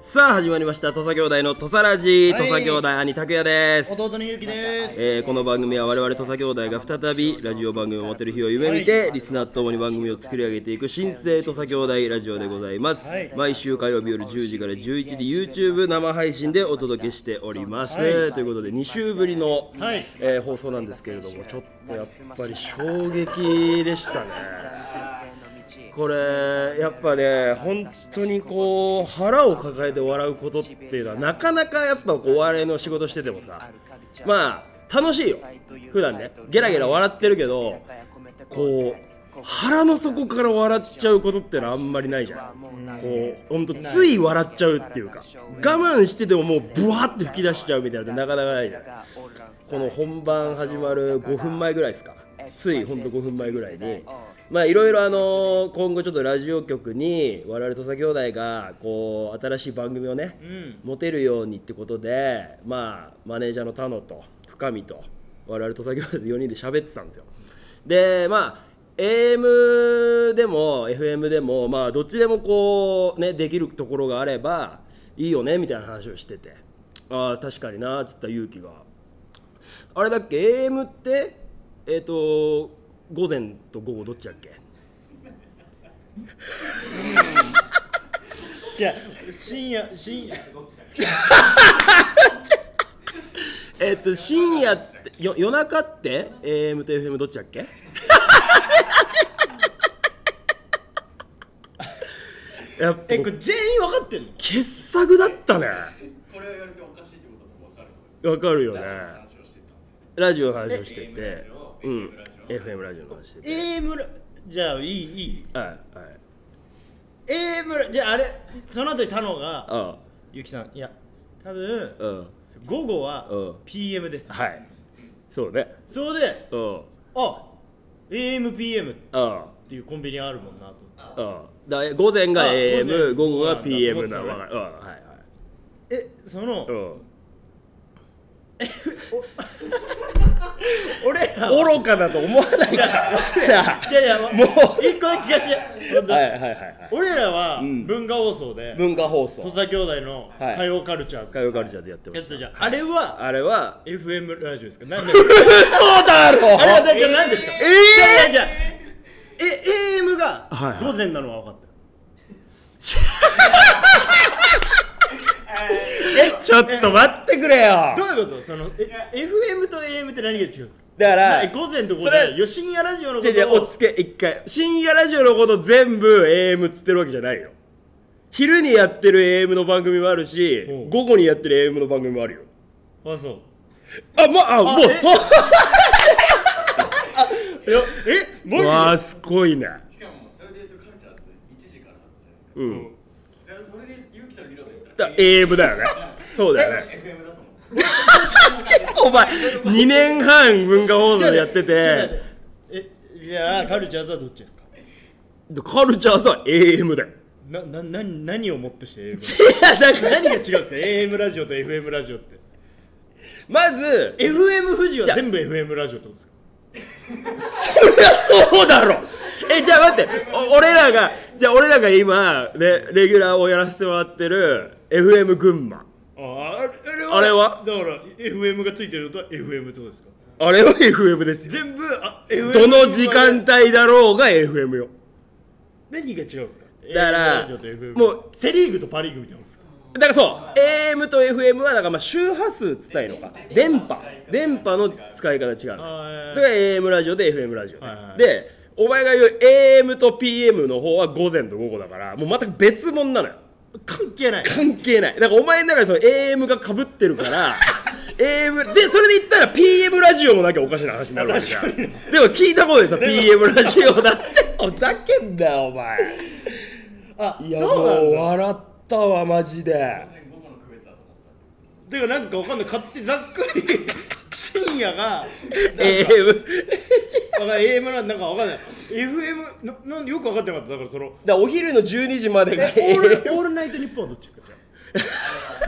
さあ始まりました土佐兄弟の土佐ラジ、はい土佐兄弟兄拓也です、弟のゆうきです。えーこの番組は我々土佐兄弟が再びラジオ番組を持てる日を夢見てリスナーと共に番組を作り上げていく新生土佐兄弟ラジオでございます、はい毎週火曜日夜10時から11時 YouTube 生配信でお届けしております、はいということで2週ぶりの、はいえー放送なんですけれどもちょっとやっぱり衝撃でしたねこれやっぱね本当にこう腹を抱えて笑うことっていうのはなかなかやっぱこうお笑いの仕事しててもさまあ楽しいよ普段ねゲラゲラ笑ってるけどこう腹の底から笑っちゃうことってのはあんまりないじゃんこうほんとつい笑っちゃうっていうか我慢しててももうブワッて吹き出しちゃうみたいなのってなかなかないじゃんこの本番始まる5分前ぐらいですかついほんと5分前ぐらいにまあいろいろあの今後ちょっとラジオ局に我々土佐兄弟がこう新しい番組をね、うん。持てるようにってことでまあマネージャーの田野と深見と我々土佐兄弟4人で喋ってたんですよでまあ AM でも FM でもまあどっちでもこうねできるところがあればいいよねみたいな話をしててああ確かになっつった勇気があれだっけ AM ってえっ、と午前と午後どっちだっけじゃあ深夜深夜えっ、と深夜ってよ夜中って AM と FM どっちだっけ やっぱえこれ全員分かってんの？傑作だったねこれをやるとおかしいってことも分かると思うわかるよね話をしてたんですよねラジオの話をしてて AM ラジオうん FM ラジオ FM ラジオの話してて AM ラじゃあいいいい。はいはい AM ラじゃああれその後に田野があゆうきさんいや多分あうん午後はうん PM です。はいそうねそれでうんあ AMPM っああていうコンビニあるもんなと思って。うん、だから午前があ AM 午午後が前あ PM ななるわほかどるうんはいはいえそのう俺らんは愚かだと思わないから俺らいやいやももうう一個だけ聞かせて。 はいはいはいはい俺らはん文化放送で文化放送土佐兄弟のはい火曜カルチャーズ火曜カルチャーズやってまやっしてたたじゃん、あれはあれは FM ラジオですかなん でそうだろあれはだじゃあ何ですえかえじゃあえ AM はいがはい午前なのは分かったよちょっと待ってくれよどういうことそのえ FM と AM って何が違うんですかだからな午前と午それ前よ深夜ラジオのこじゃじゃと落ちを着け一回深夜ラジオのこと全部 AM っつってるわけじゃないよ昼にやってる AM の番組もあるしうん午後にやってる AM の番組もあるよあそうあまあもうえそういやえマジでわあすごいねしかもそれで言うとカルチャーズで1時からだったじゃないですかうんじゃあそれで結城さんの理論で言っただら AM だよねそうだよね FM だと思うんですよ お前2年半文化放ち送ょっとでやって待てってえじゃあカルチャーズはどっちですかカルチャーさ AM だよななな何をもってして AM いやだから何が違うんですか AM ラジオと FM ラジオってまず FM 富士じゃはあ全部 FM ラジオってことですかそりゃそうだろえじゃあ待ってお俺らがじゃあ俺らが今ねレギュラーをやらせてもらってる FM 群馬ああれあれはだから FM がついてることは FM ってことですかあれは FM ですよ全部あ FM どの時間帯だろうが FM よ何が違うんですかだから FM ラジオと FM もうセ・リーグとパ・リーグみたいなもんですかだからそう AM と FM はだからまあ周波数っつったらいいのか電波電波の使い方違うそれがあー AM ラジオで FM ラジオねはいはいでお前が言う AM と PM の方は午前と午後だからもう全く別物なのよ関係ない関係ないだからお前の中でその AM がかぶってるから AM でそれで言ったら PM ラジオもなきゃおかしな話になるわけじゃんでも聞いたことでさ PM ラジオだっておざけんなよお前あいやそうなんもうだ笑ったわマジで午前午後の区別だと思ってたってこだとからなんかわかんない勝手にざっくり 深夜が AM だから AM なんなんかわかんない FM ななんよく分かってなかっただからそのだからお昼の12時までえがオー AM ルオールナイトニッポンはどっちですか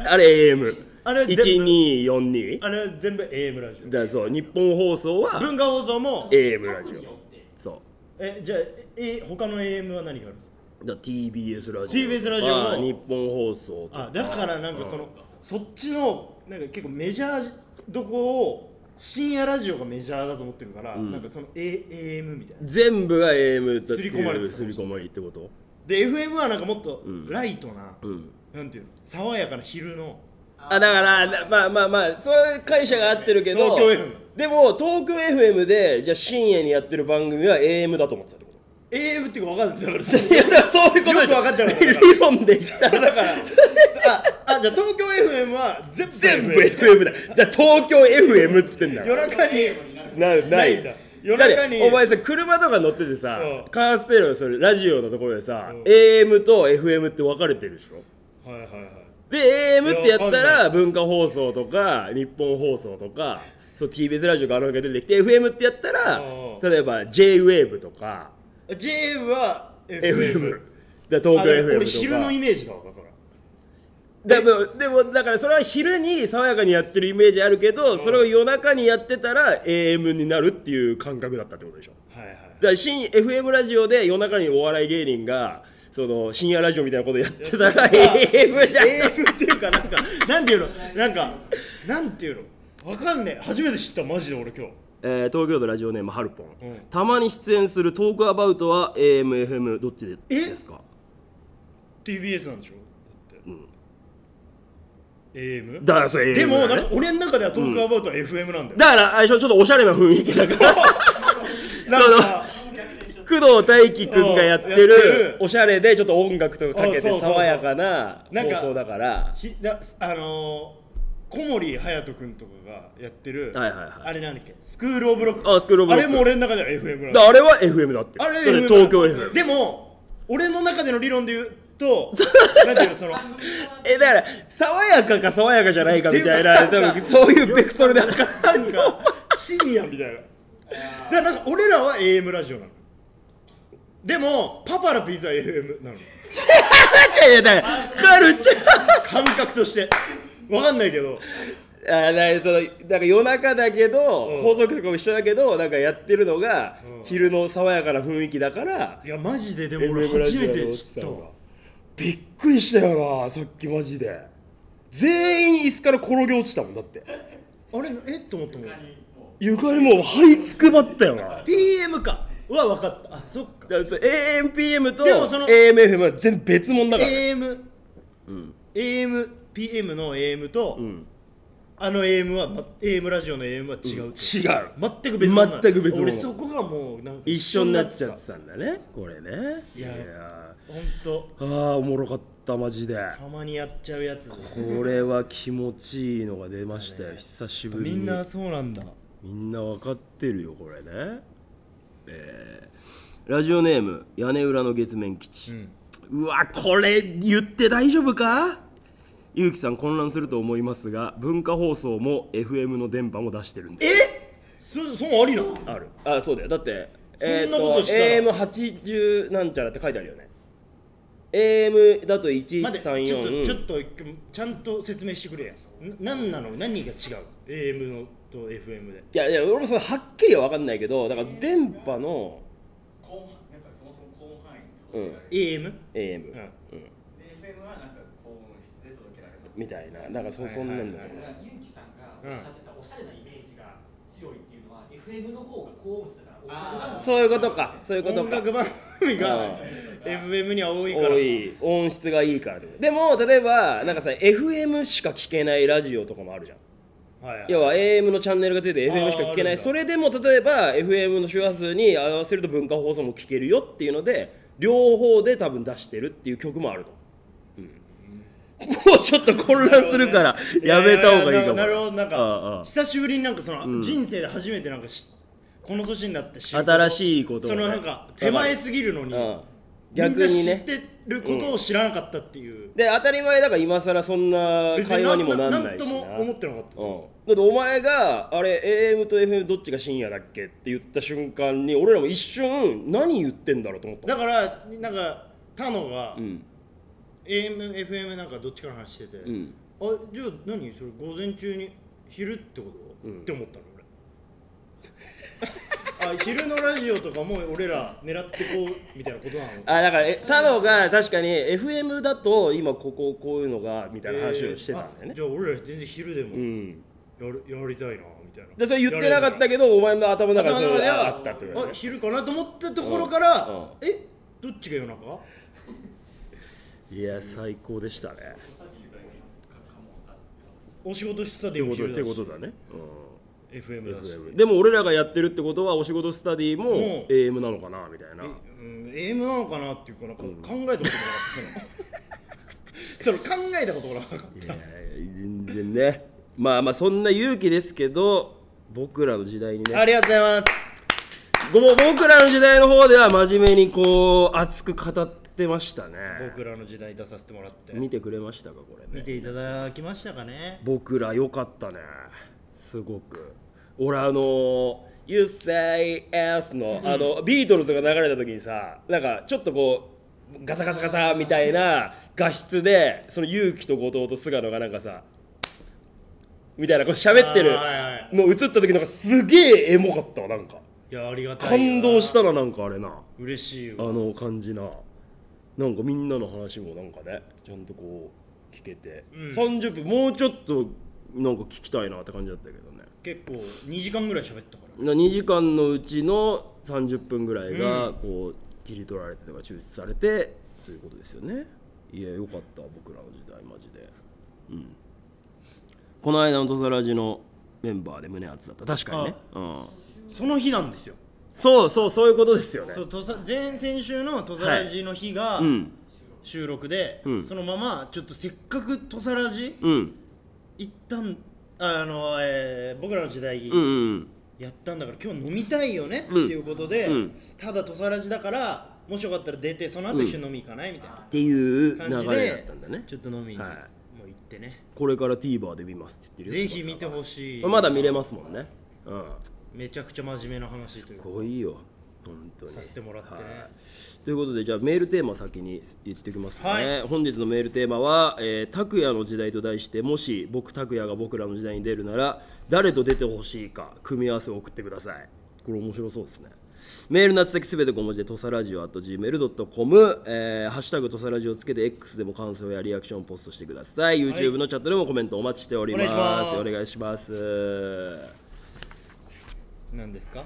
じゃあれ AM あれは全部1242ああれは全部 AM ラジだからそう日本放送オは文化放送も AM ラジオそうえじゃあえ他の AM は何があるんですかだ TBS ラジオ TBS ラジオのああ日本放送とあだからなんかそのそっちのなんか結構メジャーどこを深夜ラジオがメジャーだと思ってるから、んなんかその A- AM みたいな全部が AM だ刷り込まれてたすり込まれってことで FM はなんかもっとんライトな、うんなんていうの爽やかな昼のあだからなまあまあまあそういう会社が合ってるけど東京 FM でも東京 FM でじゃあ深夜にやってる番組は AM だと思ってたってこ AM っていうか分かんないだからそのといやだからそういうことでしょよくわかってなかった理論で言ったらだからああじゃあ東京 FM は全部全部 FM だじゃあ東京 FM っつってんだ夜中になないないんだ夜中だにってお前さ車とか乗っててさ、うんカーステレオのそれラジオのところでさ、うん AM と FM って分かれてるでしょはいはいはいで AM ってやったいやわからん文化放送とか日本放送とかそう TBS ラジオがあの辺が出てきて FM ってやったらうん例えば JWAVE とか JA は FM あだから東京でも FM と俺か昼のイメージだわだからでもでもだからそれは昼に爽やかにやってるイメージあるけどそれを夜中にやってたら AM になるっていう感覚だったってことでしょはいはいだから新 FM ラジオで夜中にお笑い芸人がその深夜ラジオみたいなことやってたら AM だ AM っていうかなんかなんていうのなんかなんていうのわかんねえ初めて知ったマジで俺今日えー東京都ラジオネームハルポン、うんたまに出演するトークアバウトは AMFM どっちでえですか TBS なんでしょだって、ん AM? だからそれ AM でもだ,、なんか俺の中ではトークアバウトは FM なんだよ、だからあれでしょちょっとおしゃれな雰囲気だからなんか工藤大輝くんがやってうんやっるてるおしゃれでちょっと音楽とかかけあそうそてうそう爽やかななん放か送だからひだあのー、小森隼人君とかがやってる、はいはいはいあれなんだっけスクール・オブ・ロックあスクールオブロックあれも俺の中では FM なんだだからよあれは FM だってあれそれ FM 東京 FM でも俺の中での理論で言う となんていうのそのえだから爽やかか爽やかじゃないかみたいなっていう多か分そういうベクトルで測ったなんか深夜みたいなだからなんか俺らは AM ラジオなのでもパパラピーズは FM なの違う違うだからカルチャー感覚としてわかんないけどあーだからそのだから夜中だけど、うん放送局も一緒だけどなんかやってるのが、うん昼の爽やかな雰囲気だからいやマジででも俺 FM ラ初ジオめのおてっ知さったんわがびっくりしたよなさっきマジで全員椅子から転げ落ちたもんだってあれえっと思ったもん床にもう這いつくばったよなだか PM かは分かったあそっからそれ AMPM とでもその AMFM は全然別物だから、 AM、AMPM の AM と、んあの AM はま AM ラジオの AM は違違うう、全く別物なの全く別物俺そこがもうなんか一緒になっちゃうってたんだねこれねいやいほんとあーおもろかったマジでたまにやっちゃうやつこれは気持ちいいのが出ましたよ久しぶりみにんなそうなんだみんな分かってるよこれねえーラジオネーム屋根裏の月面基地、うんうわこれ言って大丈夫かゆうきさん混乱すると思いますが文化放送も FM の電波も出してるんでえそそんありなのあるあそうだよだってえそんなことしたら AM80 なんちゃらって書いてあるよね AM だと待ってちょっとちょっ1134とちゃんと説明してくれやな何なの何が違う AM のと FM でいやいや俺もそれはっきりは分かんないけどだから電波の広範なんかそもそも広範囲に届けられる、 AM? う AM、んで FM はなんか高音質で届けられますみたいななんかそそんなんだと思うだからゆうきさんがおっしゃってたおしゃれなイメージが強いっていうのは、FM の方が高音質だから音楽番組そういうことかそういうこと音か楽番組がうん FM には多いから多い音質がいいからってことでも例えばなんかさ FM しか聞けないラジオとかもあるじゃんはいはい要は AM のチャンネルがついてあ FM ーしか聞けなあいるんだそれでも例えば FM の周波数に合わせると文化放送も聞けるよっていうので両方で多分出してるっていう曲もあると、うん、もうちょっと混乱するからやめた方がいいかもなるほどなんあああか久しぶりになんかその、ん人生で初めてなんかしこの年になって知る新しいことをそねのなんか手前すぎるのに、うんみん逆なに知ねってることを知らなかったっていう、で当たり前だから今更そんな別会話にもなんなないしななんとも思ってなかっうん、だってお前があれ AM と FM どっちが深夜だっけって言った瞬間に俺らも一瞬何言ってんだろうと思ったただからなんか他のが、うん AMFM なんかどっちから話してて、うんあじゃあ何それ午前中に昼ってこと、って思ったの俺 あ昼のラジオとかも俺ら狙ってこうみたいなことなのあだからえ太郎が確かに FM だと今こここういうのがみたいな話をしてたんだよえーあねじ、ゃあ俺ら全然昼でもうんやるやりたいなみたいなでそれ言ってなかったけどお前の頭の中頭にそれの中でがはあったってことだあね昼かなと思ったところから、うんうんえどっちが夜中いや最高でしたねお仕事してたでってもこと昼ってだしことだね、 FM だし、うん、でも俺らがやってるってことはお仕事スタディもうん AM なのかなみたいなうん、AM なのかなっていうかなんか考えたことなか ったそのその考えたことがなかったいや全然ねまあまあそんな勇気ですけど僕らの時代にねありがとうございますごぼ僕らの時代の方では真面目にこう熱く語ってましたね僕らの時代出させてもらって見てくれましたかこれ見ねていただきましたかね僕ら良かったねすごく俺あの「You Say Yes の」あのビートルズが流れた時にさなんかちょっとこうガサガサガサみたいな画質でその勇気と後藤と菅野がなんかさみたいなこう喋ってるあーはいはいの映った時なんかすげえエモかったわなんかいやありがたいよ感動したらなんかあれな嬉しいよあの感じななんかみんなの話もなんかねちゃんとこう聞けて、うん30分もうちょっとなんか聞きたいなって感じだったけどね結構2時間ぐらい喋ったからな2時間のうちの30分ぐらいがこう切り取られてとか抽出されてということですよねいやよかった僕らの時代マジでうんこの間の「土佐ラジ」のメンバーで胸熱だった確かにね、うん、その日なんですよそうそうそういうことですよねそう土佐前先週の土佐ラジの日がうん収録で、うんそのままちょっとせっかく土佐ラジうん行ったんああの、えー僕らの時代うんうんやったんだから今日飲みたいよねっていうことで、うんうんただ土佐ラジだからもしよかったら出てその後一緒に飲み行かないみたいなっていう流感じれだっでたんだねちょっと飲みにもはいう行ってねこれから TVer で見ますって言ってるぜよひ見てほしいまだ見れますもんねうんめちゃくちゃ真面目な話というすかごいよ本当にさせてもらってねいということでじゃあメールテーマ先に言っておきますね、はい本日のメールテーマは「えー拓、也、の時代」と題してもし僕拓也が僕らの時代に出るなら誰と出てほしいか組み合わせを送ってくださいこれ面白そうですねメールの宛先すべて小文字でとさラジオ at gmail.com、えーハッシュタグとさラジオをつけて X でも感想やリアクションをポストしてください YouTube のチャットでもコメントお待ちしております,、お願いしますお願いします何ですか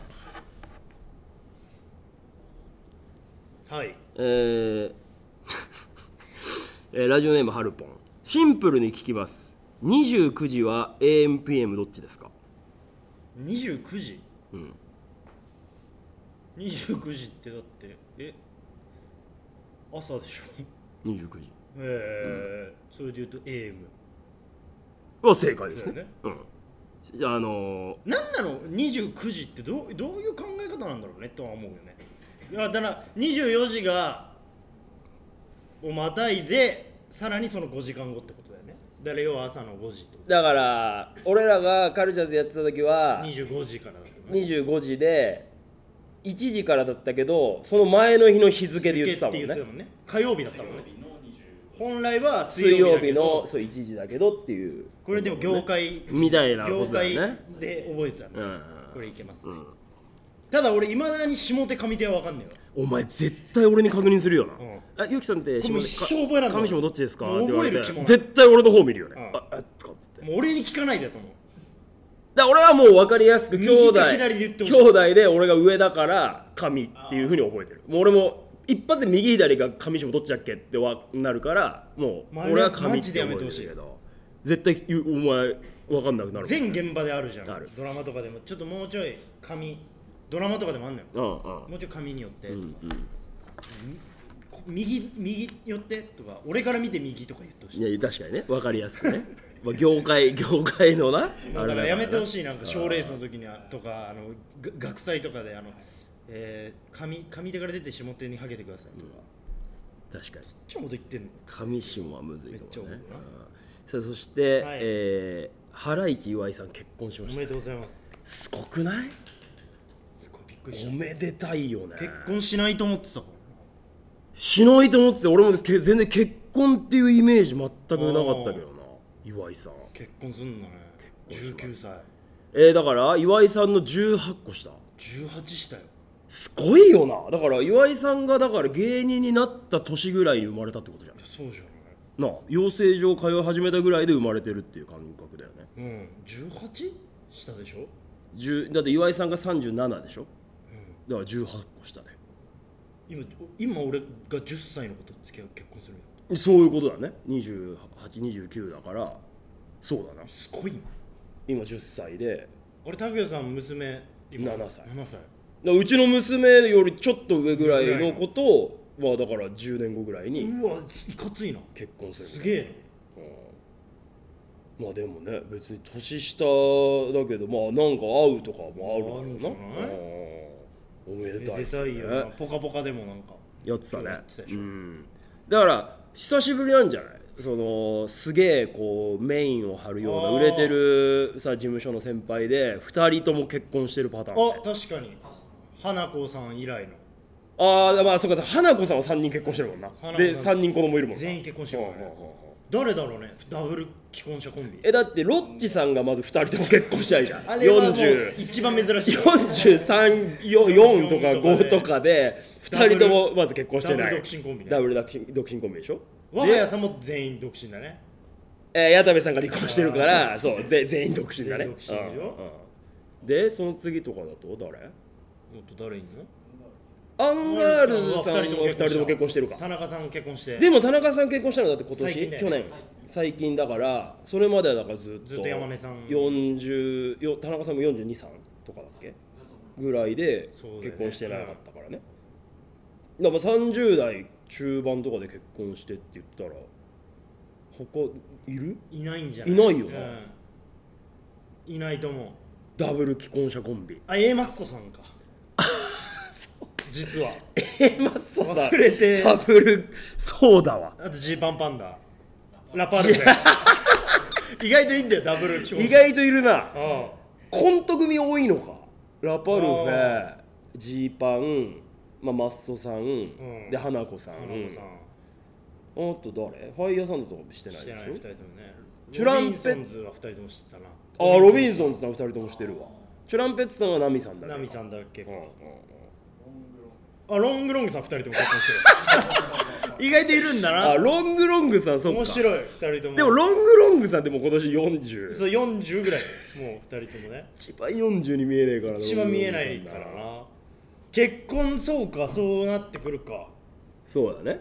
はいえー えーラジオネームはるぽんシンプルに聞きます29時は AMPM どっちですか29時うん29時ってだってえ朝でしょ 29時ええそれで言うと AM は正解ですねだよねうんあのなんなの29時ってどうどういう考え方なんだろうねとは思うよねいやだから24時がをまたいでさらにその5時間後ってことだよねだから要は朝の5時ってこーだから俺らがカルチャーズやってた時とは25時からだってね25時で1時からだったけどその前の日の日付で言ってたもん日付って言ねってたもんね火曜日だったもんね本来は水水曜曜日日ののそう1時だけどっていうこれでも業界みたいなこ業とだ界よねで覚えてたうんねこれいけますうねんただ俺いまだに下手上手は分かんねえよお前絶対俺に確認するよな、うあゆきさんってこれもう一生覚えらんない上下どっちですかもうって言われて覚える気もない絶対俺の方見るよね、うんああとかっつってだかもう俺に聞かないでと思うら俺はもう分かりやすく兄右弟か左で言ってほし兄い弟で俺が上だから神っていうふうに覚えてるもう俺も一発で右左が上下どっちだっけってわなるからもうマジ俺は神マってジでや覚めえててほるしいけど絶対言うお前分かんなくなる全現場であるじゃんあるドラマとかでもちょっともうちょい紙ドラマとかでもあんのようんうん もうちょい紙によってとうか、んうんこ右右寄ってとか俺から見て右とか言ってほしいいや確かにね分かりやすくねまあ業界業界のな だからやめてほしいなんかあ賞レースの時にはとかあのが学祭とかであの、えー、紙紙手から出て下手にはけてくださいとか、確かにちょっと言ってんの上下はむずいと思うねめっちゃ思うなうんさあそして、はいえー、原市岩井さん結婚しまおしめでたとうございますすごくないすごいびっくりおしめでたいよねた結婚しないと思ってたかしないと思ってて俺もけ全然結婚っていうイメージ全くなかったけどな岩井さんら結婚すんだね結婚し19歳えー、だから岩井さんの18個下18したよすごいよなだから岩井さんがだから芸人になった年ぐらいに生まれたってことじゃんいやそうじゃなあ養成所通い始めたぐらいで生まれてるっていう感覚だよねないうん 18? したでしょ10だって岩井さんが37でしょだから18個下で今今俺が10歳の子と付き合う結婚するんやったそういうことだね2829だからそうだなすごいな今10歳で俺拓哉さん娘今7歳7だ歳からうちの娘よりちょっと上ぐらいの子とはだから10年後ぐらいにうわいかついな結婚するすげえまあでもね別に年下だけどまあなんか会うとかもあるんだろうなあるんじゃないうんおめで出たいですたいよなねポカポカでもなんかやってたねやってたでしうょん、だから久しぶりなんじゃないそのすげえこうメインを張るようなあー売れてるさ事務所の先輩で2人とも結婚してるパターンあね確かに花子さん以来のああまあそうか花子さんは3人結婚してるもんな花子さんで3人子供いるもんな全員結婚してるもんねほうほうほうほう誰だろうねダブル既婚者コンビえだってロッチさんがまず2人とも結婚したいじゃんあれはもう40一番珍しい434とか5とかでダ2ブル人ともまず結婚してダなブいル独身コンビねダブル独身独身コンビでしょ我が家さんも全員独身だねえー、矢田部さんが離婚してるからそうぜ全員独身だね全員独身でしょうんうんでその次とかだと誰もっと誰いんのアンガールズさんは2人とも結婚してるか田中さん結婚してでも田中さん結婚したのだって今最近年だよ去ね年最近だからそれまではだからずっとずっと山根さん40よ田中さんも423とかだっけぐらいでそうだよね結婚してなかったからねだから30代中盤とかで結婚してって言ったら他いるいないんじゃないいないよなうんいないと思うダブル既婚者コンビあ A マッソさんか実は A マッソさん忘れてダブルそうだわあとジーパンパンダラパルフェ 意外といいんだよダブル超意外といるなあコント組多いのかラパルフェジーパン、まあ、マッソさん、んで花子さんあ花子さんうんあと誰ファイヤーサンドとかしてないしてでないし二ょ人ともねチュランペロビンソンズは二人とも知ったなああロビンソンズさん2人ともしてるわチュランペッツさんはナミさんだナミん、さんだっけうんうんうん、あロングロングさん二人とも結婚してる意外といるんだあなロングロングさんそっか面白い二人ともでもロングロングさんってもう今年そ40う40ぐらいもう二人と もね一番40に見えねえからな一番見えないからな結婚そうかそうなってくるかそうだね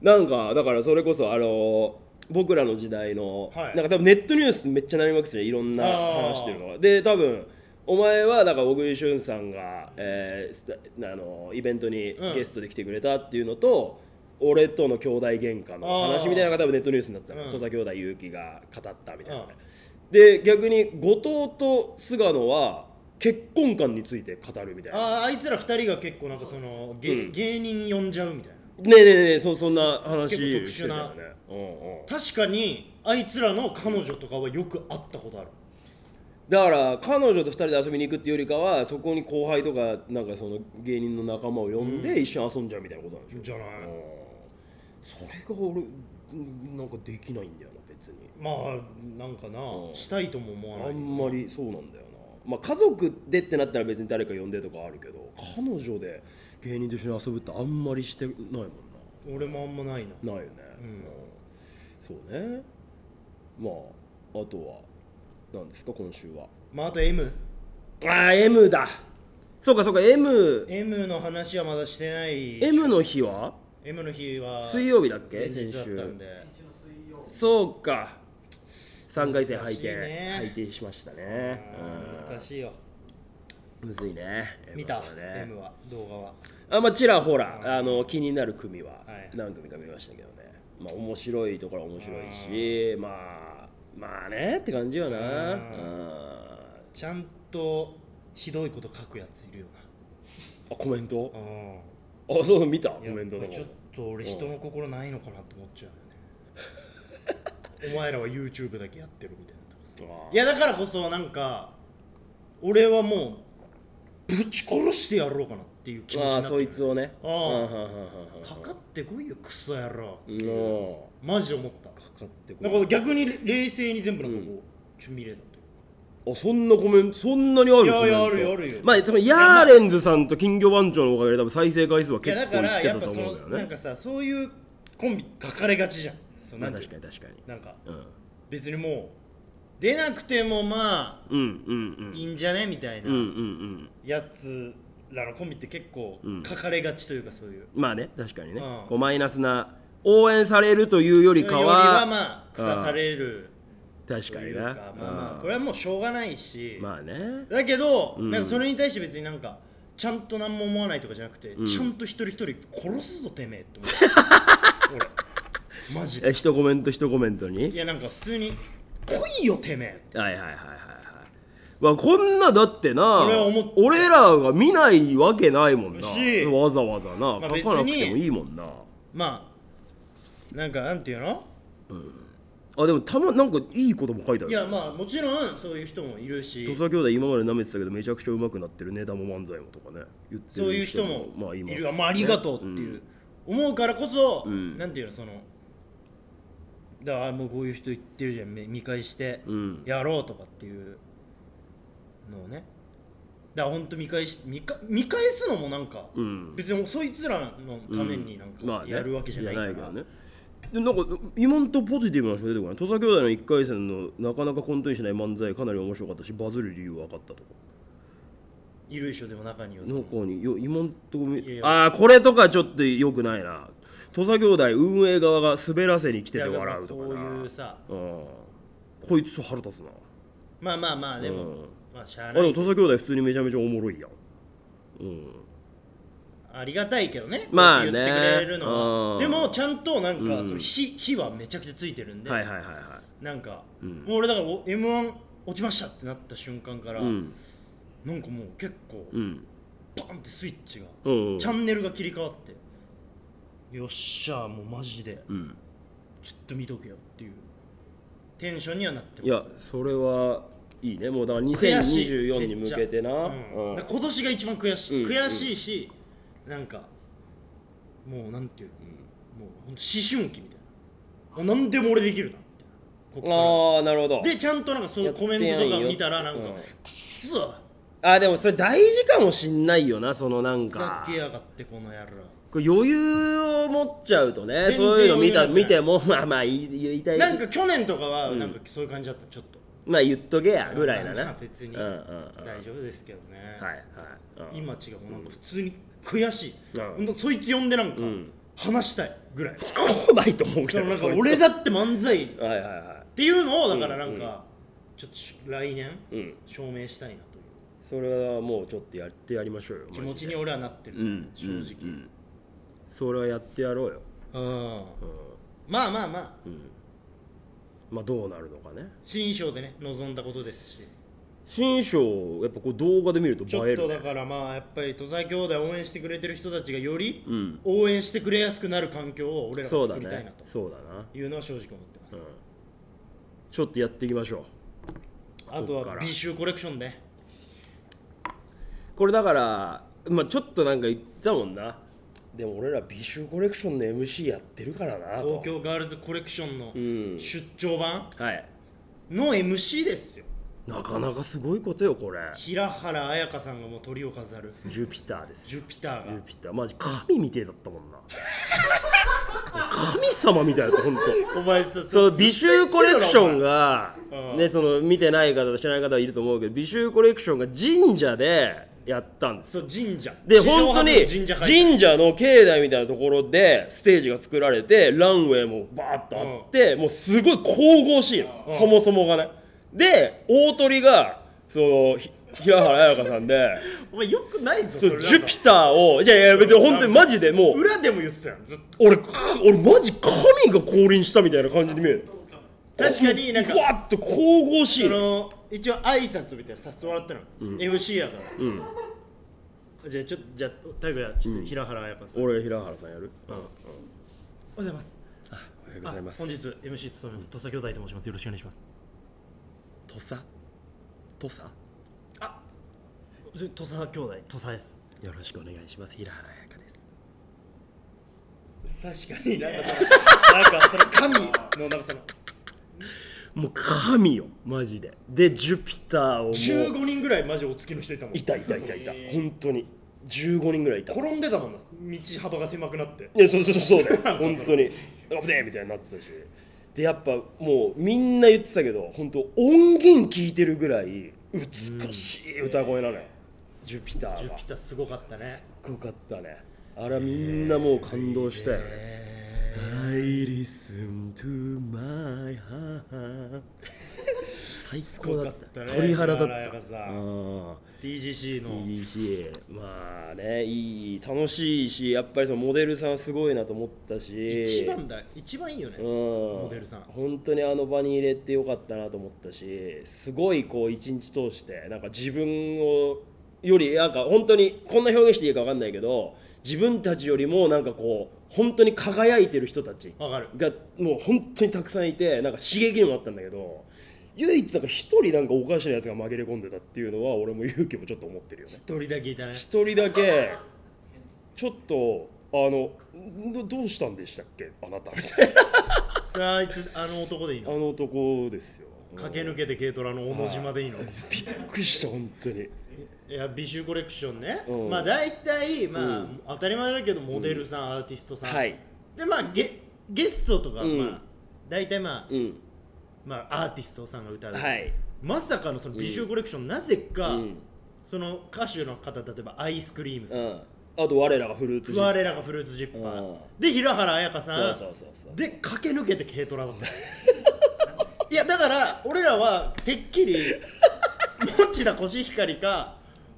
なんかだからそれこそあの僕らの時代の、はいなんか多分ネットニュースめっちゃなりまくすねいろんなあー話してるのがで多分お前はだから小栗旬さんが、えースタあのイベントにうんゲストで来てくれたっていうのと、俺との兄弟喧嘩の話みたいなのが多分ネットニュースになってたの、うん土佐兄弟結城が語ったみたいな、うんで逆に後藤と菅野は結婚観について語るみたいなあーあいつら二人が結構なんかその芸,、うん芸人呼んじゃうみたいなねえねえねえそそんな話結構特殊なしてたよね、うんうん、確かにあいつらの彼女とかはよく会ったことあるだから彼女と2人で遊びに行くっていうよりかはそこに後輩とかなんかその芸人の仲間を呼んで一緒に遊んじゃうみたいなことなんでしょじゃなういんそれが俺うんなんかできないんだよな別にまあなんかうなんしたいとも思わあないんまりそうなんだよなまあ家族でってなったら別に誰か呼んでとかあるけど彼女で芸人と一緒に遊ぶってあんまりしてないもん俺もあんまないななないよね、うんそうねまああとは何ですか今週はまああと MM ああ M だそうかそうか M M の話はまだしてない、 M の日は M の日は水曜日だっけ前日だったんで一応水曜日そうか3回戦敗難しい転、ね敗転しましたねうん難しいようんむずいね見た M はね M は動画はあまあちらほらあの気になる組ははい何組か見ましたけどね、まあ面白いところは面白いしまあまあねって感じよなううんんちゃんとひどいこと書くやついるよあコメントなうんあそう見たコメントやとっかぱちょっと俺人の心ないのかなって思っちゃうよね お前らは YouTube だけやってるみたいなとかさあーいやだからこそなんか俺はもうぶち殺してやろうかなっていう気持ちにあなあってるそいつをねああうんうんうんうんうんかかってこいよクソ野郎うんマジ思ったかかってこなんか逆に冷静に全部なんかこう、ちょっと見れたというかあそんなコメントそんなにあるいやいやコメントあるよあるよまあ多分ヤーレンズさんと金魚番長のおかげで多分再生回数はい結やだ構かいっらてやったぱとそ思のうんだよなんねかさそういうコンビ書かれがちじゃんそのまなあんてい確うかに確かになんかうん別にもう出なくてもまあうんうんうんいいんじゃねみたいうんうんうなんやつらのコンビって結構うん書かれがちというかそういうまあね確かにねうんこうマイナスな応援されるというよりよりかははまあ腐される確とかいにうなかまあまうあんこれはもうしょうがないしまあねだけどうんなんかそれに対して別になんかちゃんと何も思わないとかじゃなくてうんちゃんと一人一人殺すぞてめえっ て思う俺マジでえ一コメント一コメントにいやなんか普通に来いよてめえはいはいはいはいはいまあこんなだってな俺は思っ俺らが見ないわけないもんなしわざわざな、まあ書かなくて別もにいいもんなまあなんかなんていうのあでもたまなんかいいことも書いてあいるやまあもちろんそういう人もいるし土佐兄弟今まで舐めてたけどめちゃくちゃ上手くなってるネタも漫才もとかね言ってそういう人まあもいいまするわまあありがとうっていう、思うからこそ、うんなんていうのそのだからあもうこういう人言ってるじゃんめ見返してうんやろうとかっていうのをねだからほんと見返し見か見返すのもなんか、うん別にそいつらのためになんまあかねやるわけじゃないから、やけどねでなんか今んとこポジティブな人出てこない土佐兄弟の1回戦のなかなかコントにしない漫才かなり面白かったしバズる理由分かったとかいるでしょでも中にはそのの子によ今んとこみいやいやああこれとかちょっと良くないな土佐兄弟運営側が滑らせに来てて笑うとかいやなまあこういうさうんこいつ腹立つなまあまあまあでも、うんまあしゃああでなもい土佐兄弟普通にめちゃめちゃおもろいやんうんありがたいけどねまあねこうやって言ってくれるうのはんでもちゃんとなんか、うんその火火はめちゃくちゃついてるんで、はいはいはいはなんか、うんもう俺だから m 1落ちましたってなった瞬間から、いうんなんかもう結構、うんパンってスイッチが、うんチャンネルが切り替わってよっしゃもうマジでうんちょっと見とけよっていうテンションにはなってますいやそれはいいねもうだから悔しい2024に向けてな、めうっちゃうんんだから今年が一番悔しい、うん悔しいしなんかもうなんていうの、もうほんと思春期みたいなもう何でも俺できるなみたいなこあっからあなるほどでちゃんとなんかそのコメントとか見たらなんか、やってんようくんっそあーでもそれ大事かもしんないよなそのなんふざかけやがってこの野郎これ余裕を持っちゃうとね全然そういうの見た余裕見なても まあまあ言い言いたいなんか去年とかはうんなんかそういう感じだったちょっと、まあ言っとけやぐらいなまなあ別にうんうんうん、大丈夫ですけどね、はいはい、うん 今違うもうなんか普通に悔しい、うんほんとそいつ呼んでなんかうん話したいぐらい、来ないと思うけそどのなん かそいつ俺だって漫才っはいはいはていうのをだからなんうんうんかちょっとし来年いうん証明したいなというそれはもうちょっとやってやりましょうよ気持マちジでに俺はなってる、うん正直、うんうんそれはやってやろうようんうまあまあまあん、うん、まあどうなるのかね新衣装でね望んだことですし新章やっぱこう動画で見るとちょ映っえるとねだからまあやっぱり土佐兄弟応援してくれてる人たちがよりうん応援してくれやすくなる環境を俺らそがうだ作りたいなねとそうだないうのは正直思ってます、ちょっとやっていきましょあとこっはから美酒コレクションでうこれだからまあちょっとなんか言ってたもんなでも俺ら美酒コレクションの MC やってるからなと東京ガールズコレクションのうん出張版はいの MC ですよなかなかすごいことよこれ平原綾香さんがもう鳥を飾るジュピターですジュピタージがュピターマジ神みてえだったもんな 神様みたいだったほんとお前さそそう美酒コレクションがうんねその見てない方と知らない方はいると思うけど美酒コレクションが神社でやったんですそう神社で史上初本当にの神社会神社の境内みたいなところでステージが作られてランウェイもバーッとあって、もうすごい神々しいの、うんそもそもがねで大鳥がそのひ平原綾香さん でお前よくないぞそれうなんかジュピターをいやいや別に本当にマジでもう裏でも言ってたよずっと俺く俺マジ神が降臨したみたいな感じで見える確かになんかふわっと神々しいそのの一応挨拶みたいなさせてもらったの、MC やから、じゃあちょっとじゃあ大悟やちょっと平原綾香さん、おはよ俺平原さんやる、うん、おはようございますうございまあす本日 MC 務めます土佐兄弟と申しますよろしくお願いします土佐土佐土佐兄弟土佐ですよろしくお願いします平原綾香です確かになんかそのなんかその神のなんかそのもう神よマジででジュピターをもう15人ぐらいマジお付きの人いたもんいたいたいたいたへー本当に15人ぐらいいた転んでたもんな道幅が狭くなっていやそうそう そうそうだよ本当に危ねえみたいになってたしでやっぱもうみんな言ってたけど本当音源聞いてるぐらい美しい歌声なのよ、ジュピターがジュピターすごかったねすごかったねあれはみんなもう感動したよね I listen to my heart 最高だった鳥肌だっ今ライたブさうん TGC の TDC まあねいい楽しいしやっぱりそのモデルさんはすごいなと思ったし一番だ一番いいよねうんモデルさん本当にあの場に入れてよかったなと思ったしすごいこう一日通してなんか自分をよりなんか本当にこんな表現していいか分かんないけど自分たちよりもなんかこう本当に輝いてる人たちわかるがもう本当にたくさんいてなんか刺激にもなったんだけど唯一なんか一人なんかおかしなやつが紛れ込んでたっていうのは俺も勇気もちょっと思ってるよね一人だけいたね一人だけちょっとあのどどうしたんでしたっけあなた みたいなさああいつあの男でいいあのの男ですよ駆け抜けて軽トラの小野島でいいのびっくりした本当にいや美酒コレクションねうんまあ大体まうあん当たり前だけどモデルさんアーティストさんはいでまあゲゲストとかうんまあ大体まあうんまあアーティストさんが歌うはいまさかのその美酒コレクションなぜうかん、その歌手の方例えばアイスクリームさうんん、あと我らがフルーツフワレラがフルーツジッパうーんで平原綾香さんそうそうそうそうで駆け抜けて軽トラだったいやだから俺らはてっ きり持田コシヒカリか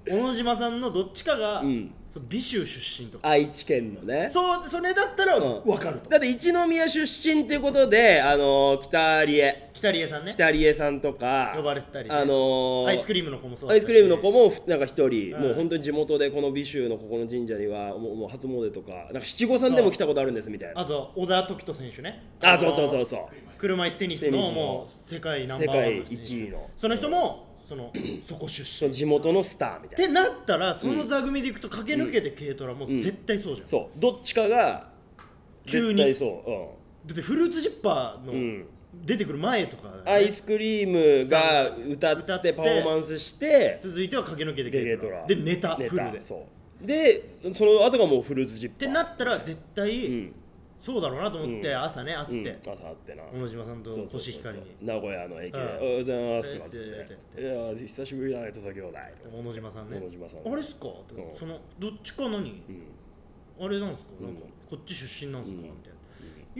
小野島さんのどっちかが、うんその美州出身とか愛知県のねそうそれだったらうん分かると、だって一宮出身ってことであの北リエ北里江さんね北リエさんとか呼ばれてたりねあのアイスクリーリームの子もそうアイスクリームの子ももなんか一人、うんもう本当に地元でこの美州のここの神社にはもうもう初詣とかなんか七五三でも来たことあるんですみたいなあと小田時人選手ねあそうそうそうそう車椅子テニステニのスのもう世界ナンバーワンの選手世界一位のその人もそのそこ出その身っ地元のスターみたいなてなったらその座組でいくと駆け抜けて軽トラもう絶対そうじゃん、そうどっちかが急絶に対そう、だってフルーツジッパーうんうのん、出てくる前とかだよね、アイスクリームが歌歌っっててパフォーマンスして続いては駆け抜けてゲゲ軽トトララでネタネフルでっそうでその後がもうフルーツジッパーてなったら絶対、うんそうだろうなと思って、うん朝ね会うっん、て、朝あってな小野島さんとそうそうコそシうヒそカうリに名古屋の駅で「うんおはようございます」とかっつって「えーいやー久しぶりだね土佐兄弟」とか小野島さんね小野島さんあれっすかとかうんそのどっちかう何んあれなんすかなんかうんこっち出身なんすか、うんみたい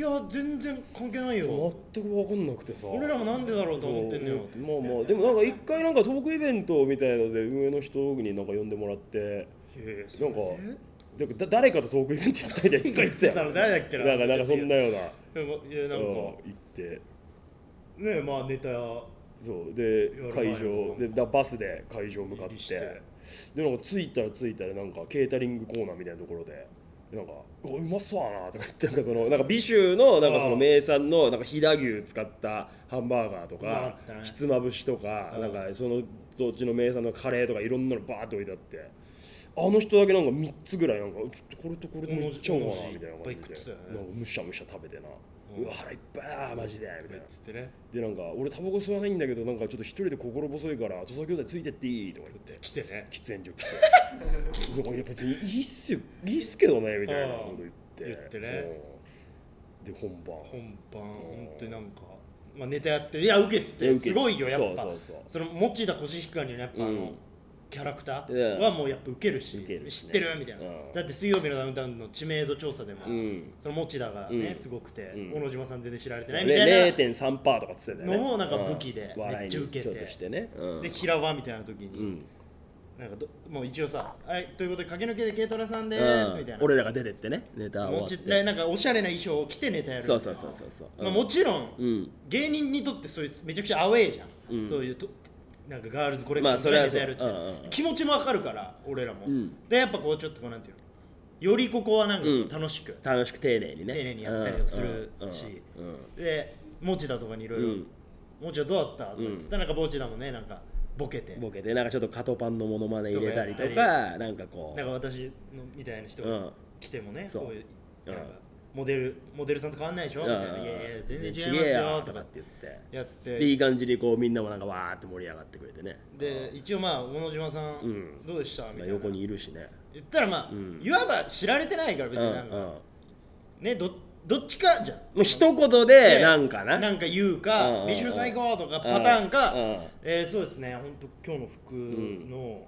ないや全然関係ないよそう全く分かんなくてさ俺らもなんでだろうと思ってんのよそうまあまあでもなんか一回なんかトークイベントみたいので上の人になんか呼んでもらってへえそなうんかだからだ誰かとトークイベントやったりで一回言ってたよ誰だっけななんかなんかそんなようななんかいやなんかうん行ってねまあネタそうで夜前会の場でだバスで会場向かっ入てりしてでなんか着いたら着いたらなんかケータリングコーナーみたいなところで。なんかうわうまそうだなとか言ってなんかそのなんか美酒のなんかその名産のなんか飛騨牛使ったハンバーガーとうまかかったねひつまぶしとかうんなんかその土地の名産のカレーとかいろんなのバーって置いてあってあの人だけなんか3つぐらいなんかちょっとこれとこれともいっちゃおうかなみたいな同じいっぱ感い食っじてでたよねなんかむしゃむしゃ食べてなうんうわ腹いっぱいだマジでみたいなつってねでなんか俺タバコ吸わないんだけどなんかちょっと一人で心細いから土佐兄弟ついてっていいとか言って来てね喫煙所来て いやいや別にいいっすよいいっすけどねみたいなこと言って言ってねうんで本番本番本当になんか、まあ、ネタやっていや受けっつっいやて受けすごいよやっぱそうそうそうその持田コシヒカリのやっぱあの、うんキャラクタいやーはもうやっぱ受けるし受けるし知ねってるみたいな、うんだって水曜日のダウンタウンの知名度調査でも、うんその持田がね、うんすごくて、うん小野島さん全然知られてないみたいな、ね0.3%とかっつってたよねのをなんか武器でうん笑いめっにちゃ受けてょっとしてねうんで平場みたいな時に、うんなんかどもう一応さ「はいということで駆け抜けて軽トラさんです」みたいな俺らが出てってねネタ終わって持田なんかおしゃれな衣装を着てネタやるみたそいうなそうそうそうそうまあ、もちろん、うん芸人にとってそういうめちゃくちゃアウェーじゃん、うんそういうとなんかガールズコレクションまあみそたれはいなやるって、そううんうんうん気持ちもわかるから俺らも、うんでやっぱこうちょっとこうなんていうのよりここはなんかこううん楽しく、楽しく丁寧にね丁寧にやったりをするうんうんうんしうんで持田とかにいろいろうん「持田どうだった?」とかっつったらなんか持田もねなんかボケて、ボケでなんかちょっとカトパンのモノマネ入れたりととかかなんかこうなんか私のみたいな人うがん来てもね、そうこういうなんかうモデルモデルさんと変わんないでしょみたいな「いやいや全然違いますよ」とかって言ってやってでいい感じにこうみんなもなんかわーって盛り上がってくれてね、で一応まあ小野島さうんんどうでしたまみたあ、いな横にいるしね言ったらまあうんいわば知られてないから別うんにうなんんかもねどどっちかじゃんう一言ででなんかななんか言ううんうんかうん「練習最高」とかパターンかうんうん「えーそうですね本当今日の服の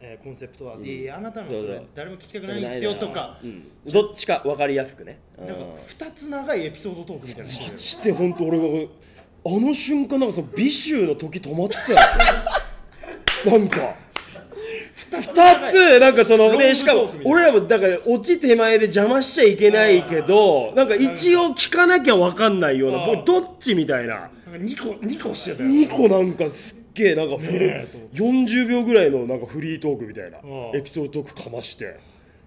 えーコンセプトはうんいやあなたのそそうそれう誰も聞きたくないんですよ」とかうんどっちか分かりやすくねうなんか2つ長いエピソードトークみたいなのしてるマジで本当俺があの瞬間なんかその美酒の時止まってたよ なんか2つ2つなんかそロンのグねしかトーもクみたいな俺らもなんか落ち手前で邪魔しちゃいけないけどなんか一応聞かなきゃ分かんないようなあーもうどっちみたいな2個二個してたよ2個なんかすっげえなんかねえと思って40秒ぐらいのなんかフリートークみたいなうんエピソードトークかまして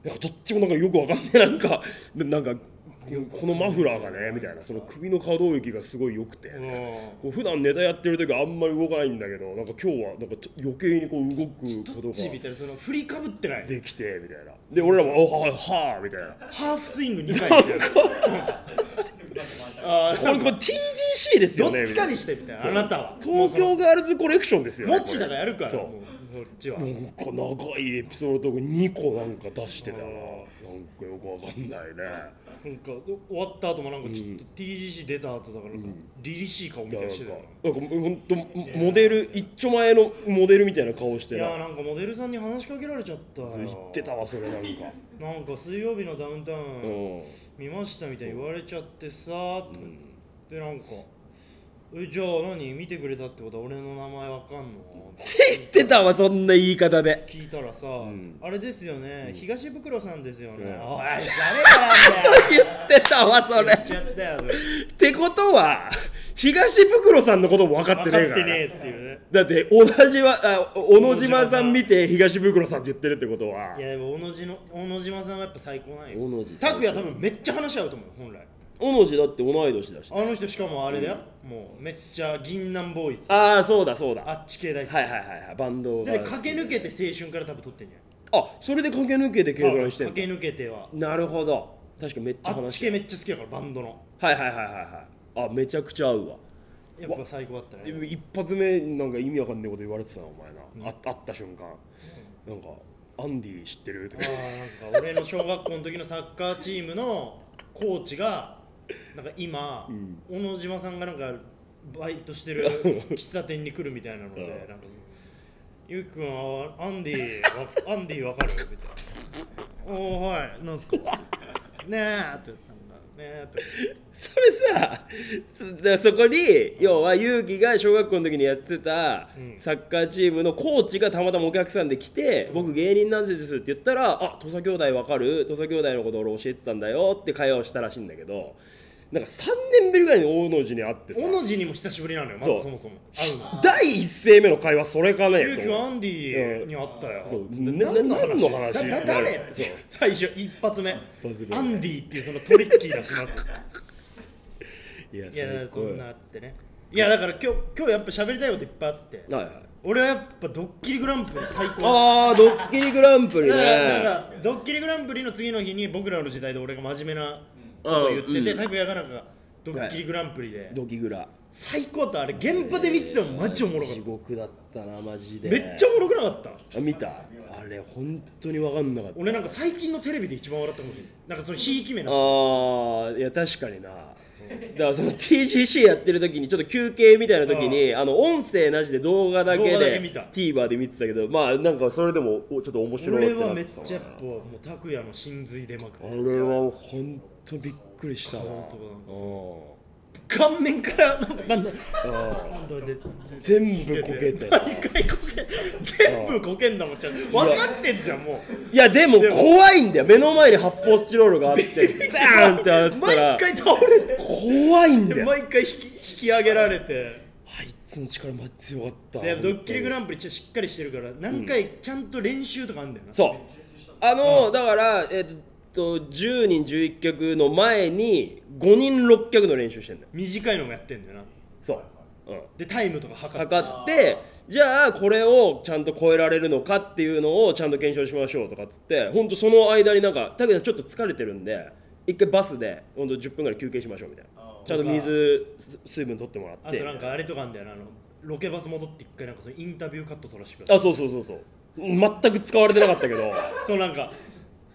なんかどっちもなんかよく分かんないなんか でなんかこのマフラーがねみたいなその首の可動域がすごい良くて。うんこう普段ネタやってる時はあんまり動かないんだけどなんか今日はなんかと余計にこう動くことどっちみがたいなその振りかぶってないできてみたいなで俺らも「おはははみたいなハーフスイング2回みたいな あこれこれ TGC ですどよねっちかにみしてみたいなたあいなたは東京ガールズコレクションですよ、ね、もちだからやるからそうもうこっちはなんか長いエピソードとか2個なんか出してたなあなーんかよくわかんないねなんか終わった後もなんかちょっと TGC 出た後だからなんか凛々しい顔みいやたいななんしてかたよなんかもうほんとモデル一丁前のモデルみたいな顔していなやなんかモデルさんに話しかけられちゃったよ言ってたわそれなんかなんか水曜日のダウンタウうンん見ましたみたいに言われちゃってさーってうんでなんかえじゃあ何見てくれたってことは俺の名前わかんのって言ってたわそんな言い方で聞いたらさ、んあれですよね、東袋さんですよね、うんおい誰なんだ言よってたわ それ言っちゃったよってことは東袋さんのことも分かってね分かえっかてらねえっていうねだって同じはあ小野島さん見て東袋さんって言ってるってことはいやでも小野島小野島さんはやっぱ最高なんよ小野島拓也多分めっちゃ話し合うと思う本来小野寺だって同い年だしあの人しかもあれだよ、もうめっちゃ銀杏ボーイズああそうだそうだあはっち系大い好き、はいはいはいバンドがで駆け抜けて青春から多分撮ってんじゃんあそれで駆け抜けて軽多減分してん駆のけ抜けてはなるほど確かめっちあゃっ話ちして系めっちゃ好きだからバンドのはいはいはいはいはいあめちゃくちゃ合うわやっぱ最高だったねでも一発目なんか意味わかんないこと言われてたなお前な、あ会った瞬間なんか「アンディ知ってる?」とあかーなんか俺の小学校の時のサッカーチームのコーチがなんか今、ん小野島さんがなんかバイトし てる喫茶店に来るみたいなので、うんなんかゆうきくんはアンディわアンディわかるみたいな「おおはいなんすか?」 ねえって言ったんだねえってそれさそだからそこに要は勇気が小学校の時にやってたうんサッカーチームのコーチがたまたまお客さんで来て「僕芸人なんです」って言ったら「あ土佐兄弟わかる土佐兄弟のこと俺教えてたんだよ」って会話をしたらしいんだけどなんか3年ぶりぐらいに大野寺に会ってさ小野寺にも久しぶりなのよまそずうそもそも会うの第一声目の会話それかねゆうきくんアンディうんに会ったよ、そうってな何の話だだってなる誰そう最初一発目発目アンディっていうそのトリッキーだしますいやいやそ最高んなあってねいやだから今日今日やっぱ喋りたいこといっぱいあってはいはい俺はやっぱドッキリグランプリ最高だあードッキリグランプリねだからなんかドッキリグランプリの次の日に僕らの時代で俺が真面目なことを言ってうんうてん拓哉、がなんかドッキリグランプリで、ドキグラ最高だったあれ現場で見ててもマジおもろかっ地た、獄だったなマジでめっちゃおもろくなかったあ見たあれ本当に分かんなかった俺なんか最近のテレビで一番笑ったかもしれないなんかそのひいき目な人ああいや確かになだからその TGC やってる時にちょっと休憩みたいな時にあの音声なしで動画だけ動画だけで見た TVer で見てたけどまあなんかそれでもおちょっと面白い俺ってなはっめてったなちゃやっぱもう拓哉の真髄出まくってあたれは本当びっくりしたな本当なんかう顔面からなんかなんんだあーで全部こけて毎回こけ全部こけんだもんちゃんと分かってんじゃんもいやでも怖いんだよ目の前に発泡スチロールがあってザーンってあっうた毎ら回倒れて怖いんだよ毎回引き引き上げられてあいつの力マジ強かったでドッキリグンランプリちょしっかりしてるから何回ちゃんと練習とかあんだよなそうあの、だからえっと10人11脚の前に5人6脚の練習してんだよ短いのもやってんだよなそう、うん、でタイムとか測って測ってじゃあこれをちゃんと超えられるのかっていうのをちゃんと検証しましょうとかっつってほんとその間になんか「拓哉さんちょっと疲れてるんで一回バスで温度10分ぐらい休憩しましょうみたいなあーちゃんと水す水分取ってもらあってとなんかあれとかあんだよなあのロケバス戻って一回なんかそのインタビューカット撮らせてくださあそいうそうそうそう全く使われてなかったけどそうなんか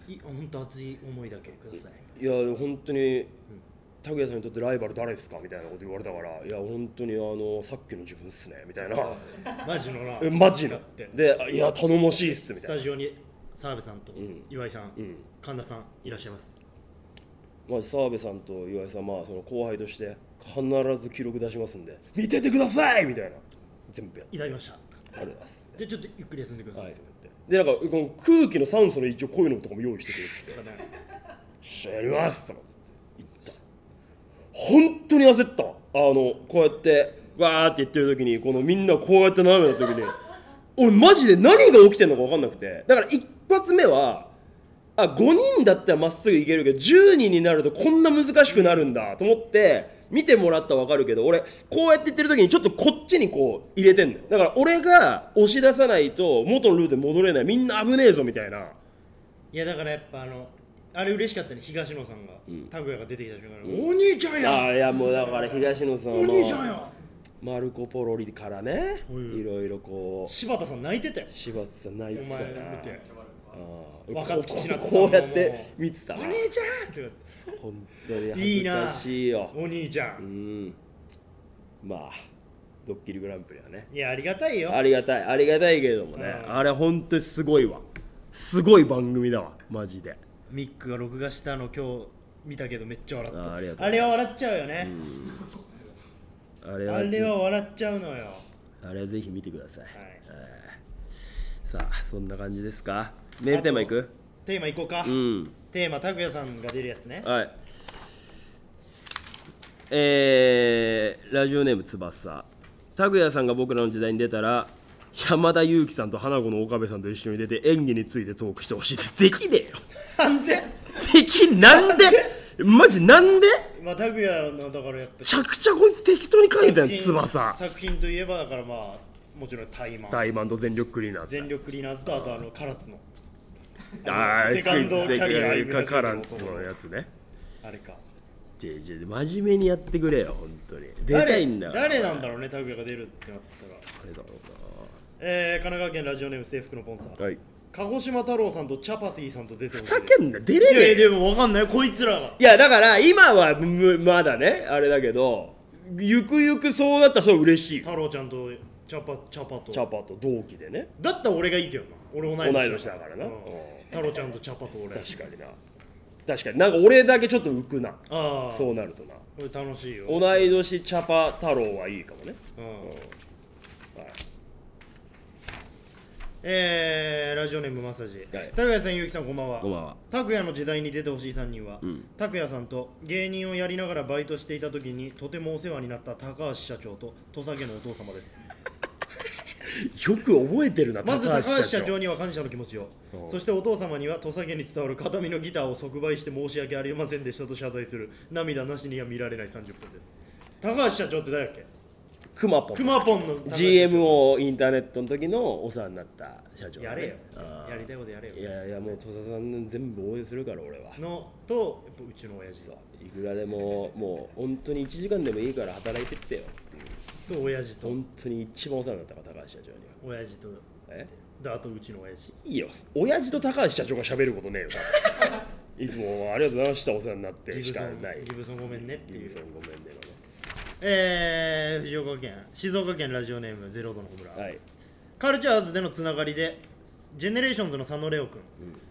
い本当熱い思いだけくださいいやでも本当に拓哉さんにとってライバル誰ですかみたいなこと言われたからいや本当にあのさっきの自分っすねみたいなマジのな えマジだなってであいや頼もしいっすみスたいタなジオに澤部さんとん岩井さん、うん神田さんいらっしゃいますまあ澤部さんと岩井さんまあその後輩として必ず記録出しますんで見ててくださいみたいな全部やっていただきましたありがとうございますじゃあちょっとゆっくり休んでください、はいでなんかこの空気の酸素の一応こういうのとかも用意してくれててとかね知りますとかっつって行った本当に焦ったわあのこうやってわーって言ってる時にこのみんなこうやって斜めた時に俺マジで何が起きてんのか分かんなくてだから一発目はあ5人だったらまっすぐいけるけど10人になるとこんな難しくなるんだと思って見てもらったら分かるけど俺こうやって言ってる時にちょっとこっちにこう入れてんのよだから俺が押し出さないと元のルートに戻れないみんな危ねえぞみたいないやだからやっぱあのあれ嬉しかったね東野さんが拓哉、が出てきた瞬間に、うお兄ちゃんあやーいやもうだから東野さんはお兄ちゃんやマルコ・ポロリからね、はいいろいろこう柴田さん泣いてたよ柴田さん泣いおてた前な見てうん若槻千夏さんもこうやって見ておたな兄ちゃんってなって本当にい恥いずなかしいよお兄ちゃうんんまあドッキリグランプリはねいやありがたいよありがたいありがたいけれどもねうんあれ本当にすごいわすごい番組だわマジでミックが録画したの今日見たけどめっちゃ笑ったあーありがとうあれは笑っちゃうよね、あれはあれは笑っちゃうのよあれはぜひ見てください、いえーさあそんな感じですかメールテーマいくテーマいこうか、うんテーマ拓哉さんが出るやつねはい。えー、ラジオネーム翼。拓哉さんが僕らの時代に出たら、山田裕貴さんと花子の岡部さんと一緒に出て演技についてトークしてほしいです。できねえよ。なんででき、なんでマジなんでまあ拓哉のだからやっぱちゃくちゃこいつ適当に書いたやん、作品翼。作品といえばだからまあもちろんタイマン大バンド全力クリーナーズ全力クリーナーズとあとあの唐津のあーセカンドクイズキャリセカアンド歩みカランツのやつね。あれかじゃじゃ真面目にやってくれよ、本当に。出たいんだから誰誰なんだろうね拓哉が出るってなったら誰だろえー、神奈川県ラジオネーム制服のポンサー、うな。はい。鹿児島太郎さんとチャパティさんと出てほしい叫んだ、出れいねえやいよやでもわかんないこいつらがいやだから今はむまだねあれだけどゆくゆくそうだったらそれは嬉しいよ太郎ちゃんとチャパチャパとチャパと同期でねだったら俺がいいけどな俺同同いい年年だからな、ううんん太郎ちゃんとチャパと俺確かにな確かになんか俺だけちょっと浮くなああそうなるとなこれ楽しいよ、同い年チャパ太郎はいいかもね、うんはい、えー、ラジオネームマッサージはい拓哉さんゆうきさんこんばんはこんばんは拓哉の時代に出てほしい3人はん拓哉、さんと芸人をやりながらバイトしていた時にとてもお世話になった高橋社長と土佐家のお父様ですよく覚えてるなまず高橋社高長には感謝の気持ちをそしてお父様には土佐家に伝わる形見のギターを即売して申し訳ありませんでしたと謝罪する涙なしには見られない30分です高橋社長って誰だっけくまぽんくまぽんの高橋 GMO インターネットの時のお世話になった社長、ね、やれよあーやりたいことやれよいやいやもう戸田さん全部応援するから俺はのとやっぱうちの親父そういくらでももう本当に1時間でもいいから働いてってよと親父と本当に一番お世話になったから高橋社長には親父とえであとうちの親父いいよ親父と高橋社長が喋ることねえよ多 分いつもありがとうございましたお世話になっギてブしソかンないギブソンごめんねってギいブソうンごめんねえー、藤岡県静岡県ラジオネームゼロ度の小村、のねはいカルチャーズでのつながりでジェネレーションズの佐野レオ君、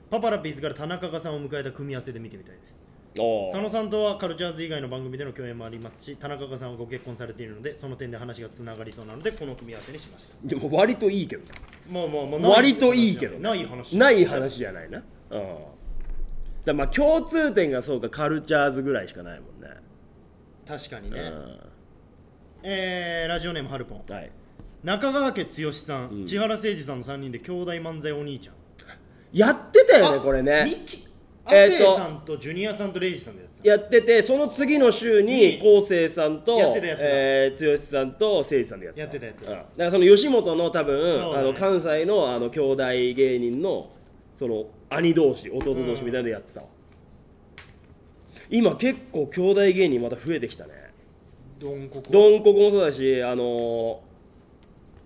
パパラピーズから田中さんを迎えた組み合わせで見てみたいですお佐ー野さんとはカルチャーズ以外の番組での共演もありますし田中さんはご結婚されているのでその点で話がつながりそうなのでこの組み合わせにしましたでも割といいけどなまあまあまあない割といいけどない話ない話じゃないなうんだからまあ共通点がそうかカルチャーズぐらいしかないもんね確かにうね、んえー、ラジオネームはるぽんはい中川家剛さん、千原誠二さんの3人で兄弟漫才お兄ちゃんやってたよねこれねミキ亜えー生とさんとジュニアさんとレイジさんのやつだやっててその次の週うんに昴生さんとやってたやってたえー剛さんと誠司さんでやってたやってたやってたうんだからその吉本の多分、そうだねあの関西のあの兄弟芸人のその兄同士弟同士みたいなのでやってたわ、今結構兄弟芸人また増えてきたねドンココドンココもそうだしあのー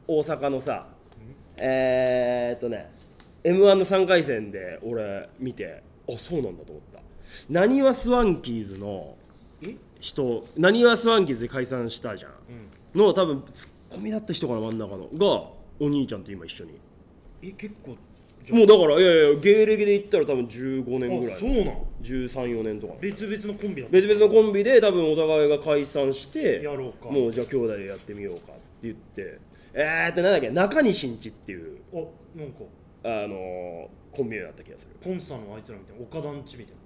大阪のさえー、っとね m 1の3回戦で俺見てあそうなんだと思ったなにわスワンキーズのえ人なにわスワンキーズで解散したじゃん、の多分ツッコミだった人かな真ん中のがお兄ちゃんと今一緒にえ結構じゃあもうだからいやいや芸歴で言ったら多分15年ぐらあそうないの134年とか別々のコンビだった別々のコンビで多分お互いが解散してやろうかもうじゃあ兄弟でやってみようかって言ってえーってなんだっけ中西んちっていうあなんかあのーコンビ名だった気がする ポンさんのあいつらみたいな岡田んちみたいな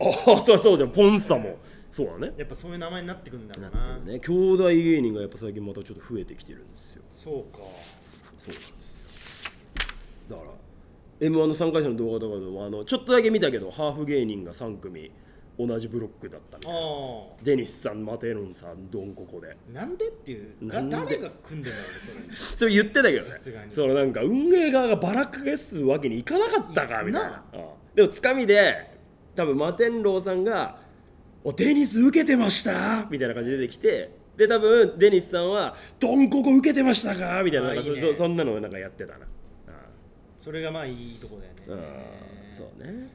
ああそうそうじゃんポンサもそうだねやっぱそういう名前になってくるんだろなっうてるなね兄弟芸人がやっぱ最近またちょっと増えてきてるんですよそうかそうなんですよだから m 1の3回戦の動画とかでもあのちょっとだけ見たけどハーフ芸人が3組同じブロックだったみあたいなあデニスさんマテロンさんドンココでなんでっていうなだんで誰が組んでんだろうねそれ それ言ってたけどねさすがにそのなんか運営側がばらかすわけにいかなかったかみたいなうなんでもつかみで多分摩天楼さんが「おデニス受けてました?」みたいな感じで出てきてで多分デニスさんは「ドンココ受けてましたか?」みたいなあなんかいいねそそんなのなんかやってたなそれがまあいいとこだよねうん、うんそうね、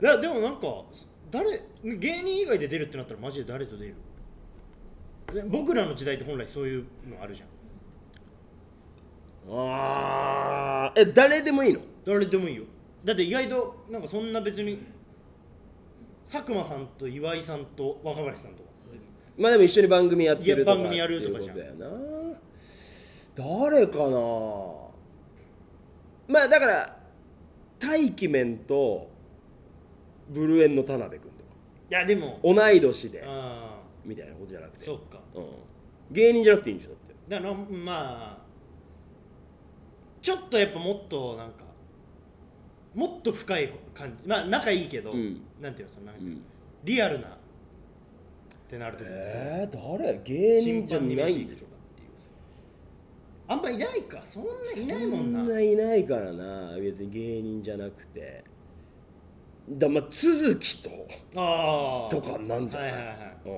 いやでもなんか誰芸人以外で出るってなったらマジで誰と出るで僕らの時代って本来そういうのあるじゃんうん、ああえ誰でもいいの誰でもいいよだって意外となんかそんな別に佐久間さんと岩井さんと若林さんとかまあでも一緒に番組やってるとかいや番組やるとかじゃんっていうことだよな誰かなまあだから大気面とブルエンの田辺君とかいやでも同い年であみたいなことじゃなくあてそっかうん、芸人じゃなくていいんでしょだってだからまあちょっとやっぱもっとなんかもっと深い感じまあ仲いいけど、うんなんていうのそのなんか、んリアルなってなるとえー、誰芸人頻じゃ繁にないん飯行くでとかっていうさあんまいないかそんないないもんそんなないないからな別に芸人じゃなくてだまあ続きとああとかなんじゃないはいはいはいう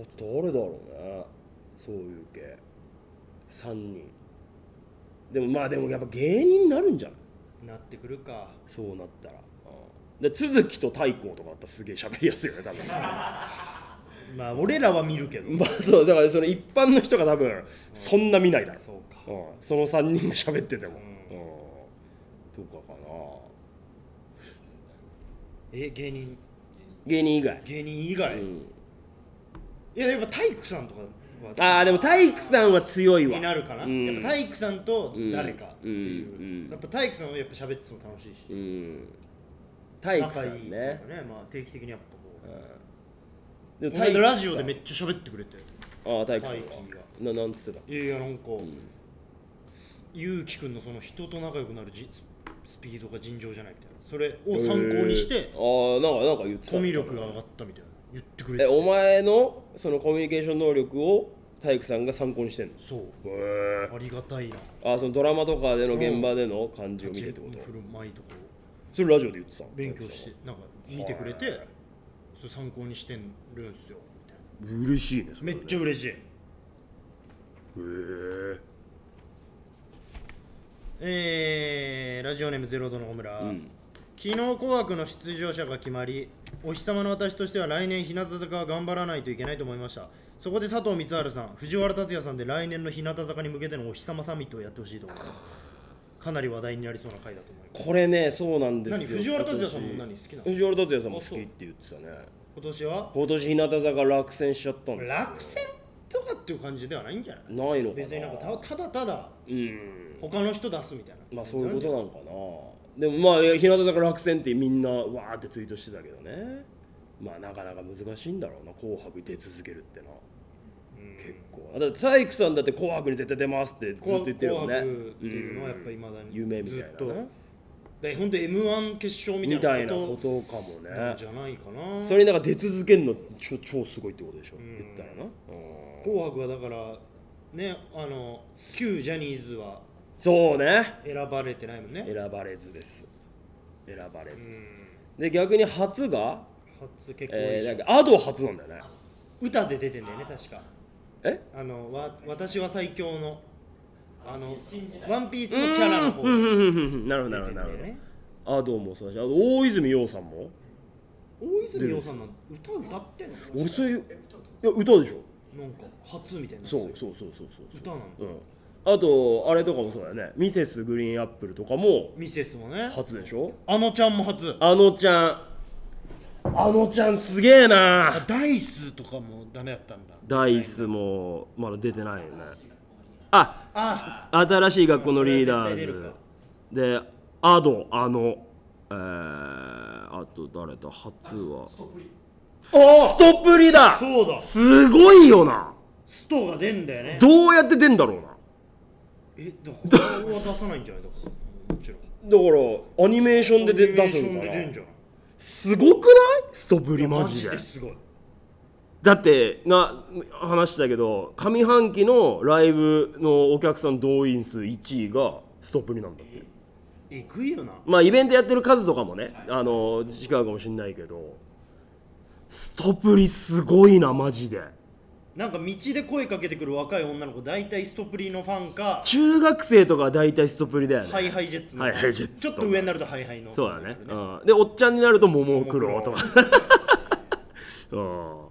んあと誰だろうねそういう系3人でもまあでもやっぱ芸人になるんじゃないなってくるかそうなったら、うん、で都築と太閤とかだったらすげえ喋りやすいよね多分 まあ俺らは見るけど、まあそうだからその一般の人が多分そんな見ないだろそうか、うん、その3人が喋ってても、ううん、とかかなえ芸人芸人以外、芸人以外、ういん、ややっぱ体育さんとかはああでも体育さんは強いわになるかな、うんやっぱ体育さんと誰かっていう、うんうんやっぱ体育さんはやっぱ喋ってても楽しいし、うん体育さ仲んいいっていうかねねまあ定期的にやっぱこでうもこの間ラジオさでんめっちゃ喋ってくれてああ体育さん体育がななんつってたいやいやなんか、ゆうきくんのその人と仲良くなるじススピードが尋常じゃないみたいなそれを参考にしへてえああなんかなんか言ってたコミュ力が上がったみたいな言ってくれてえてお前のそのコミュニケーション能力を体育さんが参考にしてんのそうへありがたいなああそのドラマとかでの現場での感じを見てってこと振る舞いとかをそれラジオで言ってたの勉強してなんか見てくれはていそれ参考にしてるんすよみたいな嬉しいねめっちゃ嬉しいゃへえーラジオネームゼロ度の小村、ん昨日「紅白」の出場者が決まりお日様の私としては来年日向坂は頑張らないといけないと思いましたそこで佐藤光晴さん藤原竜也さんで来年の日向坂に向けてのお日様サミットをやってほしいと思いますかなり話題になりそうな回だと思いますこれねそうなんですよ何藤原竜也さんも何好きなの藤原竜也さんも好あきそうって言ってたね今年は今年日向坂落選しちゃったんですよ落選とかっていう感じではないんじゃないないのかな別になんかたただただうん他の人出すみたいなまあそういうことなのかなでもまあ日向坂落選ってみんなわーってツイートしてたけどねまあなかなか難しいんだろうな「紅白」出続けるってな結構だって体育さんだって「紅白」に絶対出ますってずっ紅と言ってるもんね紅白っていうのはやっぱり未だに夢みたいなねずっとで本当 M1 決勝みみたたいいななここととかもなんねじゃないかなそれになんか出続けるのちょ超すごいってことでしょ言ったらなうん紅白はだからねあの旧ジャニーズはそうね選ばれてないもんね選ばれずです選ばれずうんで逆に初が、初結構えー、いいなしんかアド初なんだよね歌で出てんだよね確かえあのわ私は最強のあの新時代ワンピースのキャラの方うんうんでうんうんうんなるほど出なるほてんどなだるよねほどアドもそうだしあと大泉洋さんも大泉洋さんの歌歌ってんの俺そういういや歌でしょなんか初みたいなそうそうそうそうそうそう歌なのうん、あとあれとかもそうだよねミセスグリーンアップルとかもミセスもね初でしょあのちゃんも初あのちゃんあのちゃんすげえなあダイスとかもダメだったんだダイスもまだ出てないよねああ新しい学校のリーダそれは絶ー対ズでアドあのえー、あと誰だ初はストップリおトップリだそうだすごいよなストが出んだよねどうやって出んだろうなえだから他は出さないんじゃないだからもちろんだからアニメーションででア出ニメーすショんンだでな出んじゃんすごくないストプリマジで。ですごいだってな話したけど上半期のライブのお客さん動員数1位がストプリなんだってえぐいよなまあイベントやってる数とかもねあの違うかもしんないけどストプリすごいなマジでなんか道で声かけてくる若い女の子大体ストプリのファンか中学生とかは大体ストプリだよねハイハイジェッツのハイハイジェッツちょっと上になるとハイハイのそうだね、うん、でおっちゃんになるとももクロとか うん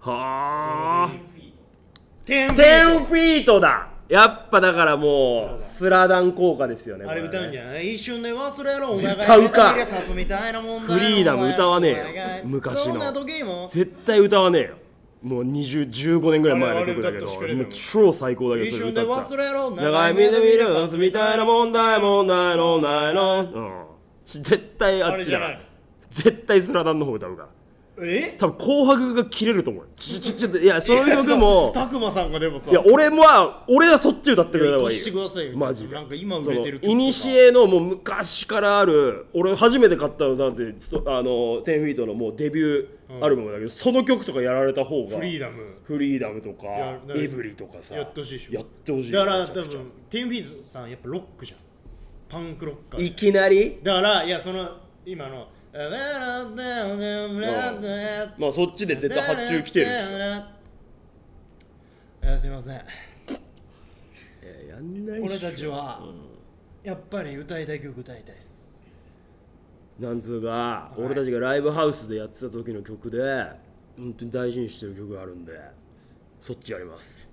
はあーフィーテンフト10ィートフィートだやっぱだからもうスラダン効果ですよねあれ歌うんじゃゃない一瞬で忘れろお前が歌うかやったみたいなもんだよフリーダム歌わねえよお前が昔のどんな時も絶対歌わねえよもう20 15年ぐらい前の曲だけあれあれ歌ってどほしくねえもだうろ超最高だけど一それ瞬で歌った忘れろ長い目で見るカスみたいな問題問題問題のうんち絶対あっちあれじゃなだい絶対スラダンの方歌うからえ多分紅白が切れると思うよちょちょちょいやそういう曲 もたくまさんがでもさいや俺は俺はそっち歌ってくれた方がいいいや行かしてくださいよマジでなんか今売れてる曲とかいにしえのもう昔からある俺初めて買ったのだってちょっとあの10フィートのもうデビューアルバムだけど、その曲とかやられた方がフリーダムフリーダムとかやだからエブリとかさやってほしいでしょやってほしいだからめ多ちゃくちゃ分テンフィーズさんやっぱロックじゃんパンクロッカーいきなりだからいやその今の絶まあそっちで絶対発注来てるしすいませんやんない俺たちはやっぱり歌いたい曲歌いたいっすなんつうか俺たちがライブハウスでやってた時の曲で本当に大事にしてる曲があるんでそっちやります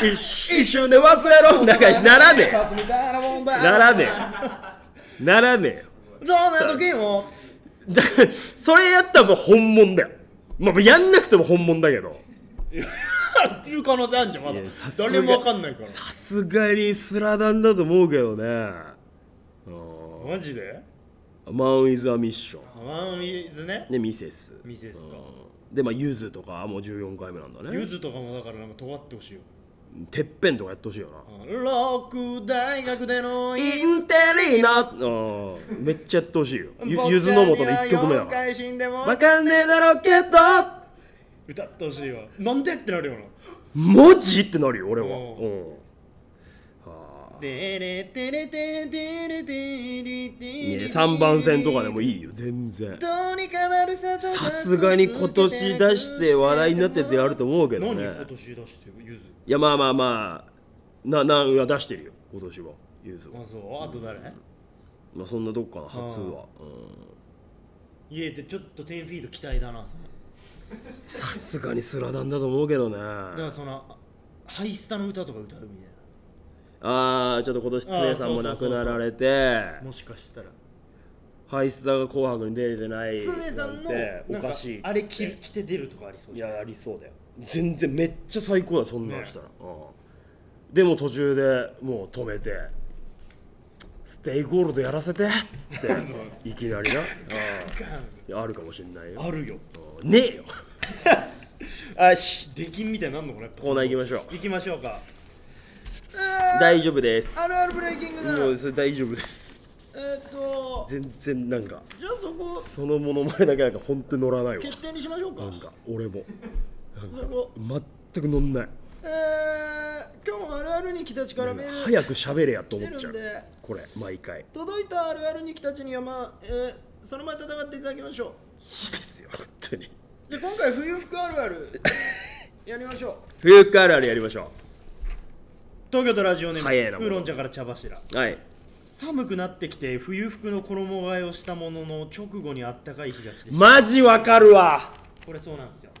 一一瞬で忘れろなんかならねえパスみたいなもんだならねえならねえよどんな時もだからそれやったらもう本物だよまあやんなくても本物だけどっていう可能性あるじゃんまだいやさすが誰もわかんないからさすがにスラダンだと思うけどねうんマジでマン・ウィズ・ア・ミッションワンウィズねでミセスミセスかうんでまあゆずとかもう14回目なんだねゆずとかもだからなんか尖ってほしいよてっぺんとかやってほしいよなロック大学でのインテリのうんめっちゃやってほしい よゆゆずのもとの1曲目だから回死んでもわかんねえだろうけど歌ってほしいわなんでってなるよマジってなるよ俺はおううんなでれてれてれてれてれいてやれ3番線とかでもいいよ全然どうにかなるさささすがに今年出して話題になったやつやると思うけど何今ね年出してゆずいやまあまあまあななんは出してるよ今年はゆずはあそうあと誰まあそんなとこかな初はうんいえでちょっと10フィート期待だなそのさすがにスラダンだと思うけどねだからそのハイスタの歌とか歌うみたいああちょっと今年常さんも亡くなられてなもしかしたらハイスタが「紅白」に出れてない常さなんのんてなおんかかしいっつってあれ着る着て出るとかありそういじゃんやありそうだよ全然めっちゃ最高だそんなんしたら、うんでも途中でもう止めて「ステイゴールドやらせて」っつ っていきなりな、うんいやあるかもしんないよあるようんねえ よあし出禁みたいになんのかなやっぱコーナー行きましょう行きましょうか大丈夫ですあるあるブレイキングだもうそれ大丈夫ですえーっと全然なんかじゃあそこそのものまねだけなんかほんと乗らないわ決定にしましょうかなんか俺もそこ全く乗んないえー今日もあるあるに来たちからメール早く喋れやと思っちゃう来てるんでこれ毎回いい届いたあるあるに来たちにはまあ、えーその前戦っていただきましょですよ本当にうじゃあ今回冬服あるあるやりましょう冬服あるあるやりましょ東京都ラジオネ早いーなムウーロン茶から茶柱うはい寒くなってきて冬服の衣替えをしたものの直後にあったかい日が来てしまうマジわかるわこれそうなんですよ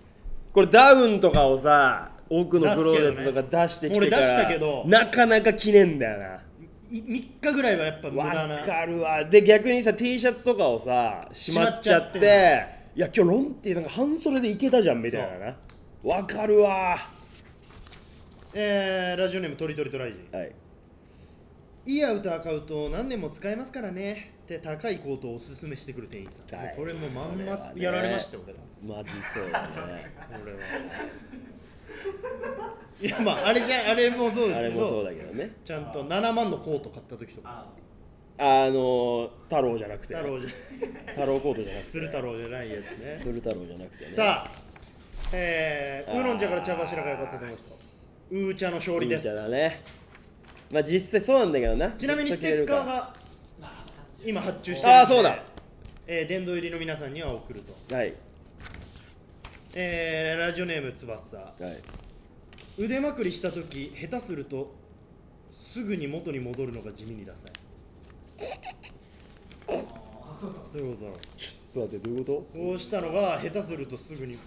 これダウンとかをさ奥のクローゼットとか出してきてから出すけどね俺出したけどなかなか着ねえんだよない3日ぐらいはやっぱ無駄わなかるわで逆にさ T シャツとかをさしまっちゃってしまっちゃいや今日ロンティなんか半袖でいけたじゃんみたいななわかるわえー、ラジオネームとりとりとライジンはいいいアウター買うと何年も使えますからねって高いコートをおすすめしてくる店員さんはいもうこれもうまんこれはまねやられましたよ俺らマジそう だね俺はいやまああれじゃあれもそうであすれけもそうどだけどねちゃんと7万のコート買った時とかあの太郎じゃなくて太郎じゃ太郎コートじゃなくて鶴太郎じゃないやつね鶴太郎じゃなくてねさあえー、あーウーロン茶から茶柱が良かったと思う人ウー茶の勝利ですいい茶だねまあ実際そうなんだけどなちなみにステッカーが今発注してああーのでそうだえー、殿堂入りの皆さんには送るとはいえー、ラジオネーム翼はい腕まくりした時下手するとすぐに元に戻るのが地味にダサいどういうことだろちょっと待ってどういうこうこうしたのが下手するとすぐに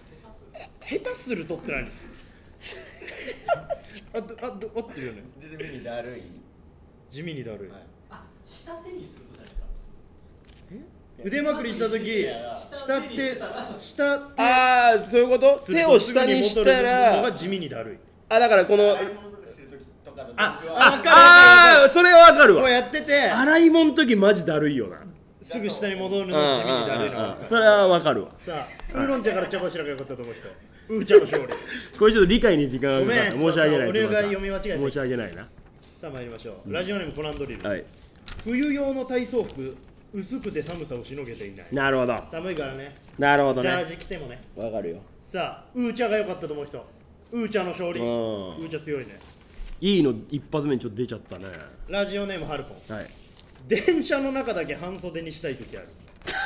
下手するとって何あどあどあってるよね地味にだるい地味にだるい、はいあ下手にすることじゃないですか腕まくりした時下っ下手にしてたら下っとてああそういうことする手とを下にしすぐた戻るのがら地味にだるいあだからこの買い物とかしてる時とかの時あはわかるああそれはわかるこうわやってて洗い物の時マジだるいよなすぐ下に戻るのが地味にだるいのが分かるそれはわかるわさあ、ウーロン茶から茶柱が良かったと思う人、ウー茶の勝利。これちょっと理解に時間がかかったごめん申し訳ない俺がすいません読み間違えて申し訳ないなさあ、参りましょう。ラジオネームコナンドリル。はい冬用の体操服、薄くて寒さをしのげていない。なるほど寒いからね、なるほどジャーねジ着てもね。わかるよさあ、ウー茶が良かったと思う人、ウー茶の勝利。ウうんー茶強いね。いいの一発目にちょっと出ちゃったねラジオネームハルコン。はい 電車の中だけ半袖にしたい時ある。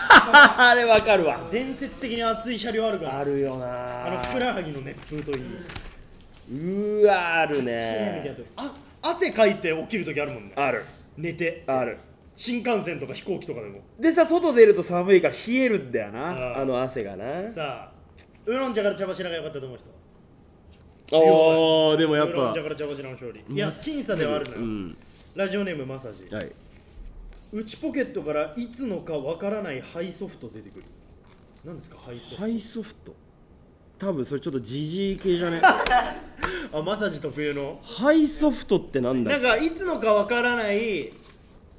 あれわかるわ伝説的に熱い車両あるから。あるよなあのふくらはぎの熱風といい。うーわあるチーみたいねな時あ汗かいて起きる時あるもんね。ある寝て。ある新幹線とか飛行機とかでも。でさ外出ると寒いから冷えるんだよなあーあの汗がなさあ、ウーロン茶から茶柱が良かったと思う人。おーでもやっウーロぱン茶から茶柱の勝利。いや、僅差ではあるのよ。うんラジオネームマサジ。はい内ポケットからいつのかわからないハイソフト出てくる。なんですか、ハイソフト。ハイソフト多分それちょっとジジイ系じゃねあ、マサジ特有 の。ハイソフトってなんだなんか、いつのかわからない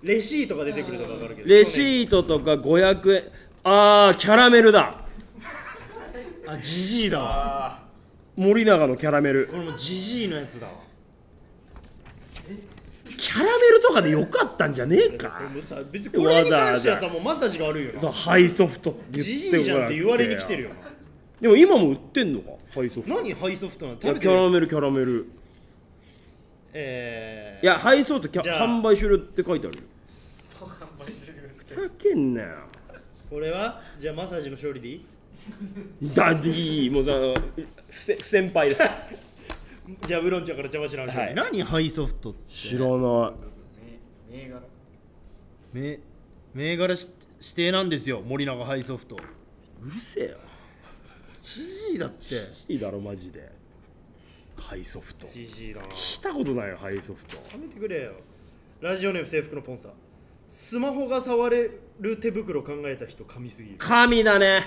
レシートが出てくるとかわかるけど。レシートとか500円あーキャラメルだーあ、ジジイだわ。森永のキャラメルこれもうジジイのやつだわ。キャラメルとかでよかったんじゃねえこかれもうさ、別にこれに関してはわざさ、もうマサジが悪いよさな。ハイソフトって言ってジジイじゃんって言われに来てるよよな。でも今も売ってんのかハイソフト何ハイソフトなのい食やべキてるャラメルキャラメルえー、いや配送とキャじゃあ販売終了って書い てあるよふざけんなよこれはじゃあマッサージの勝利でいいダディもうさ不せ不先輩ですじゃあウーロン茶から茶柱の勝利、はい何ハイソフトって知らない銘柄め銘柄し指定なんですよ森永ハイソフトうるせえよジジイだっていいだろマジでハイソフトジジイだな来たことないよハイソフトやめてくれよラジオネーム制服のポンサースマホが触れる手袋考えた人噛みすぎる神だね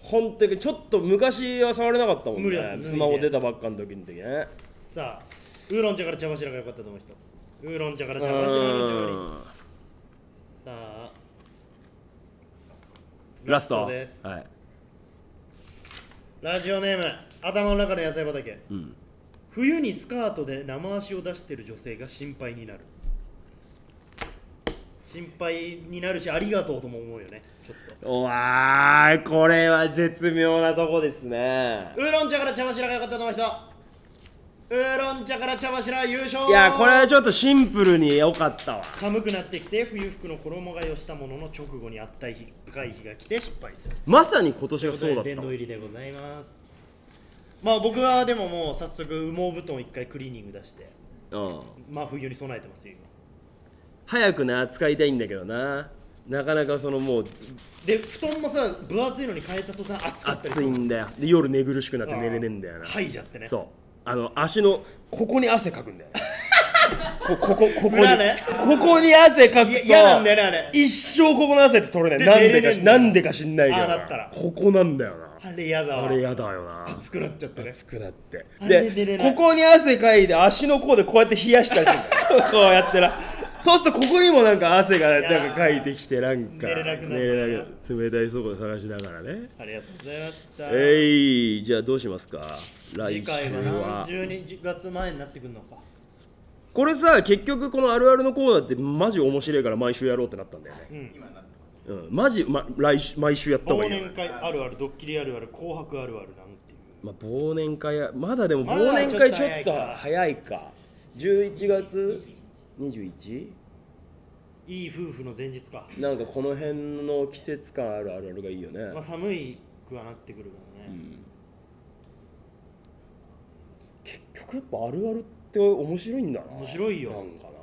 本当にちょっと昔は触れなかったもんね無理だったスマホ出たばっかの時の時ねさあウーロン茶から茶柱が良かったと思う人ウーロン茶からう茶柱の勝利ーんさあラストですはいラジオネーム頭の中の野菜畑、ん冬にスカートで生足を出してる女性が心配になる心配になるしありがとうとも思うよねちょっとうわーこれは絶妙なとこですねウーロン茶から茶柱が良かったと思う人ウーロン茶から茶柱優勝いやこれはちょっとシンプルに良かったわ寒くなってきて冬服の衣替えをしたものの直後にあったい日深い日が来て失敗するまさに今年がそうだっ殿た堂わ入りでございますまあ僕はでももう早速羽毛布団一回クリーニング出してうんまあ冬に備えてますよ今早くな使いたいんだけどななかなかそのもうで布団もさ分厚いのに変えた途端暑かったり暑いんだよで夜寝苦しくなって寝れねえんだよなはいじゃってねそうあの足のここに汗かく んだよねこここここに、裏ねここに汗かくいとや嫌なんだよねあれ一生ここの汗って取れないでなん寝でれかねしえんだなよんでか知んないけどああだったらなここなんだよあれやだなわあれやだよな暑くなっちゃってね熱くなってあれ寝れでないここに汗かいて足の甲でこうやって冷やしたりす るんだよこうやってなそうするとここにもなんか汗がやーなんかかいてきてなんか寝れなくなる寝れなく冷たいそこで探しながらねありがとうございましたえいじゃあどうしますか次来週回はなは12月前になってくるのかこれさ結局このあるあるのコーナーってマジ面白いから毎週やろうってなったんだよね今なってますうんマジ、ま、来週毎週やった方がい忘いよね年会あるあるドッキリあるある紅白あるあるなんていうまあ、忘年会やまだでもまだ忘年会ちょっちとょっと早いか早いか11月 21? いい夫婦の前日か、なんかこの辺の季節感あるあるあるがいいよね、まあ、寒いくはなってくるからね、結局やっぱあるあるって面白いんだな面白いよなんか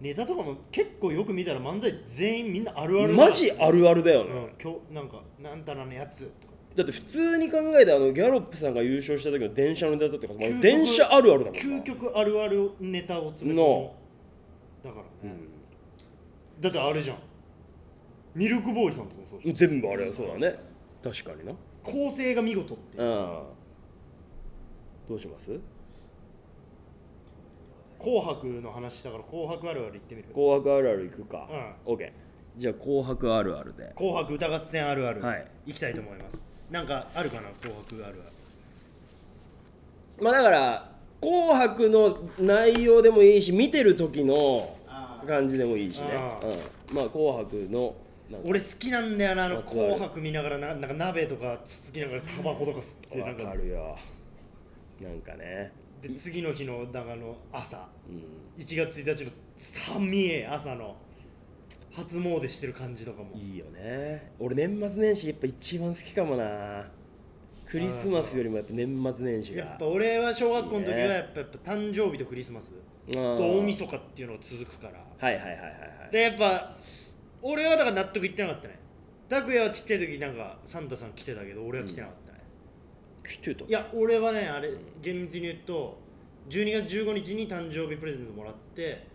ネタとかも結構よく見たら漫才全員みんなあるあなるだマジあるあるだようね、ん今日なんかなんたらのやつとかだって普通に考えてあのギャロップさんが優勝した時の電車のネタとか、まあ究極電車あるあるだもんな究極あるあるネタを詰め込のみだからうね、んだってあれじゃんミルクボーイさんとかもそうじゃん全部あれだそうだね確かにな構成が見事っていううんどうします紅白の話したから紅白あるある言ってみる紅白あるあるいくかうオッケーじゃあ紅白あるあるで紅白歌合戦あるある、はい行きたいと思いますなんかあるかな紅白あるあまあだから「紅白」の内容でもいいし見てる時のあー感じでもいいしねあ、うん、まあ「紅白」のなんるか俺好きなんだよなあのまつわる紅白見ながらななんか鍋とかつつきながらタバコとか吸ってなわんかかるよなんかねで次の日のなんかあの朝うん1月1日の寒い朝の初詣してる感じとかもいいよね俺年末年始やっぱ一番好きかもなクリスマスよりもやっぱ年末年始がやっぱ俺は小学校の時はいいねやっぱやっぱ誕生日とクリスマスうんと大晦日っていうのが続くからはいはいはいはいはいでやっぱ俺はだから納得いってなかったね拓哉はちっちゃい時なんかサンタさん来てたけど俺は来てなかったね、来てたいや俺はねあれ厳密に言うと12月15日に誕生日プレゼントもらって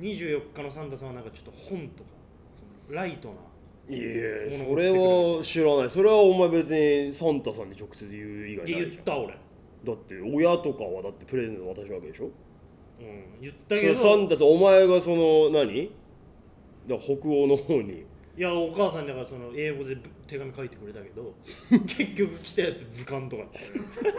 24日のサンタさんはなんかちょっと本とかそのライトないやそれは知らないそれはお前別にサンタさんに直接言う以外でない言っじゃんた俺、だって親とかはだってプレゼント渡しわけでしょうん、言ったそけのサンどタさんお前がその何だから北欧の方に いやお母さんだからその英語で手紙書いてくれた けど結局来たやつ図鑑とかだったね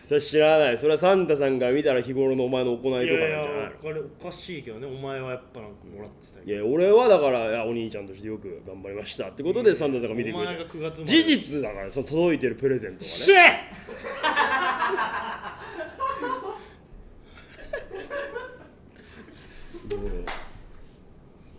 それ知らないそれはサンタさんが見たら日頃のお前の行いとかなんいじゃやいないやこれおかしいけどねお前はやっぱなんかもらってたいや俺はだからいやお兄ちゃんとしてよく頑張りましたってことでサンタさんが見てくお前がれ9月生たまれ事実だからその届いてるプレゼントがねシェお前の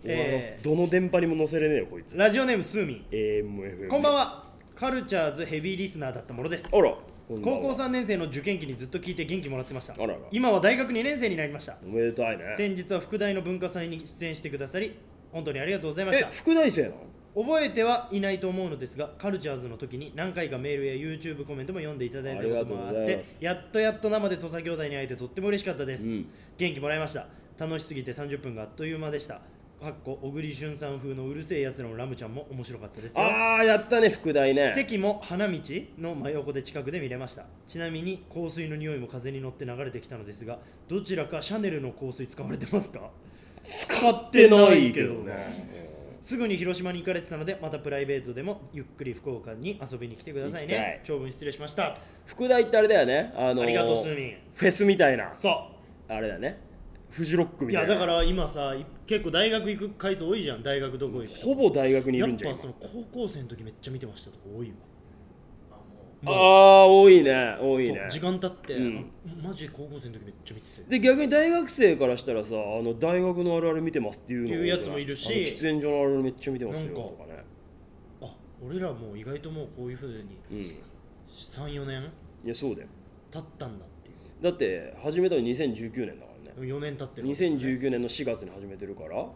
えーどの電波にも載せれねえよこいつラジオネームスーミン AMFM こんばんははカルチャーズヘビーリスナーだったものですあらこんばん高は校3年生の受験期にずっと聞いて元気もらってましたあらら今は大学2年生になりましたおめでたいね先日は副大の文化祭に出演してくださり本当にありがとうございましえた副大生なの覚えてはいないと思うのですがカルチャーズの時に何回かメールや YouTube コメントも読んでいただいたこともあありがとうっございまてすやっとやっと生で土佐兄弟に会えてとっても嬉しかったです、うん元気もらいました楽しすぎて30分があっという間でしたかっこ小栗旬さん風のうるせえやつらのラムちゃんも面白かったですよああやったね副大ね席も花道の真横で近くで見れましたちなみに香水の匂いも風に乗って流れてきたのですがどちらかシャネルの香水使われてますか使っすぐに広島に行かれてたのでまたプライベートでもゆっくり福岡に遊びに来てください行きたねい長文失礼しました副大ってあれだよねあのーありがとうスーミンフェスみたいなそあれだよねフジロックうみいたいやないだから今さい結構大学行く回数多いじゃん大学どこ行くほぼ大学にいやるっんじゃんぱそ今の高校生の時めっちゃ見てましたとか多いわあもうああ多いね多いそねう時間経って、うんマジで高校生の時めっちゃ見てたよで逆に大学生からしたらさあの大学のあるある見てますっていうのっていうやつもいるしあの喫煙所のあるあるめっちゃ見てますよなんとかかねあ俺らもう意外ともうこういうふうにうん34年いやそうだよ経ったんだってだって始めたの2019年だからねいう4年経ってる2019年の4月に始めてるからよ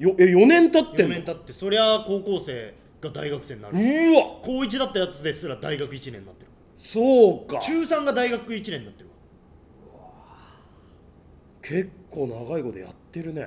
え4年経って4んの年経ってそりゃ高校生が大学生になるうわ高1だったやつですら大学1年になってるそうか中3が大学1年になってるわ結構長いことやってるね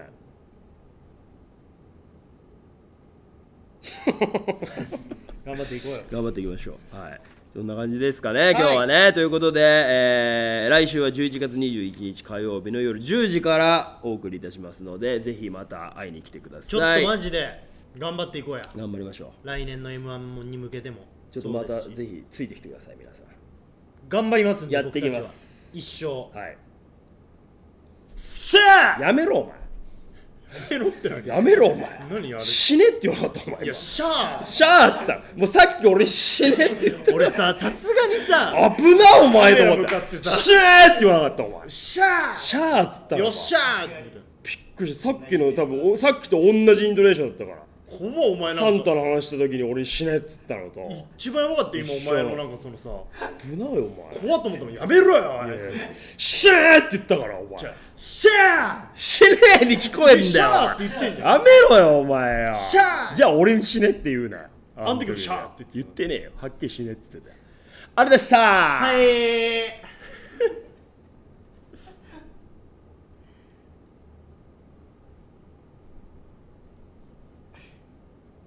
頑張っていこうよ頑張っていきましょうはいそんな感じですかね今日はね、ということで、えー来週は11月21日火曜日の夜10時からお送りいたしますのでぜひまた会いに来てくださいちょっとマジで頑張っていこうや頑張りましょ来年の m 1に向けてもうちょっとまたそうですしぜひついてきてください皆さ頑張りますんでやっていきます僕たちは一生んはいしゃあやめろお前やめろって何やめろお前何やる死ねって言わなかったお前いやしゃあシャーって言ったもうさっき俺死ねって言って俺ささすがにさ危なお前と思っカメラ向かっててさシャーって言わなかったお前しゃシャーっつったのあよっしゃゃあみたいなびっくりしたさっきの多分おさっきと同じイントネーションだったからほぼお前なサんンかタの話した時に俺死ねっつったのと一番やばかった今一緒お前のなんかそのさ危なよお前怖っと思ったもんやめろよおいシャーって言ったからおじゃあ前しゃあ死ねに聞こえんだよしゃあって言ってんじゃやんめろよお前よシャーじゃあ俺に死ねって言うなあん時もシャーって言ってた言ってねえよはっきり死ねって言ってたよありがとうございましたはい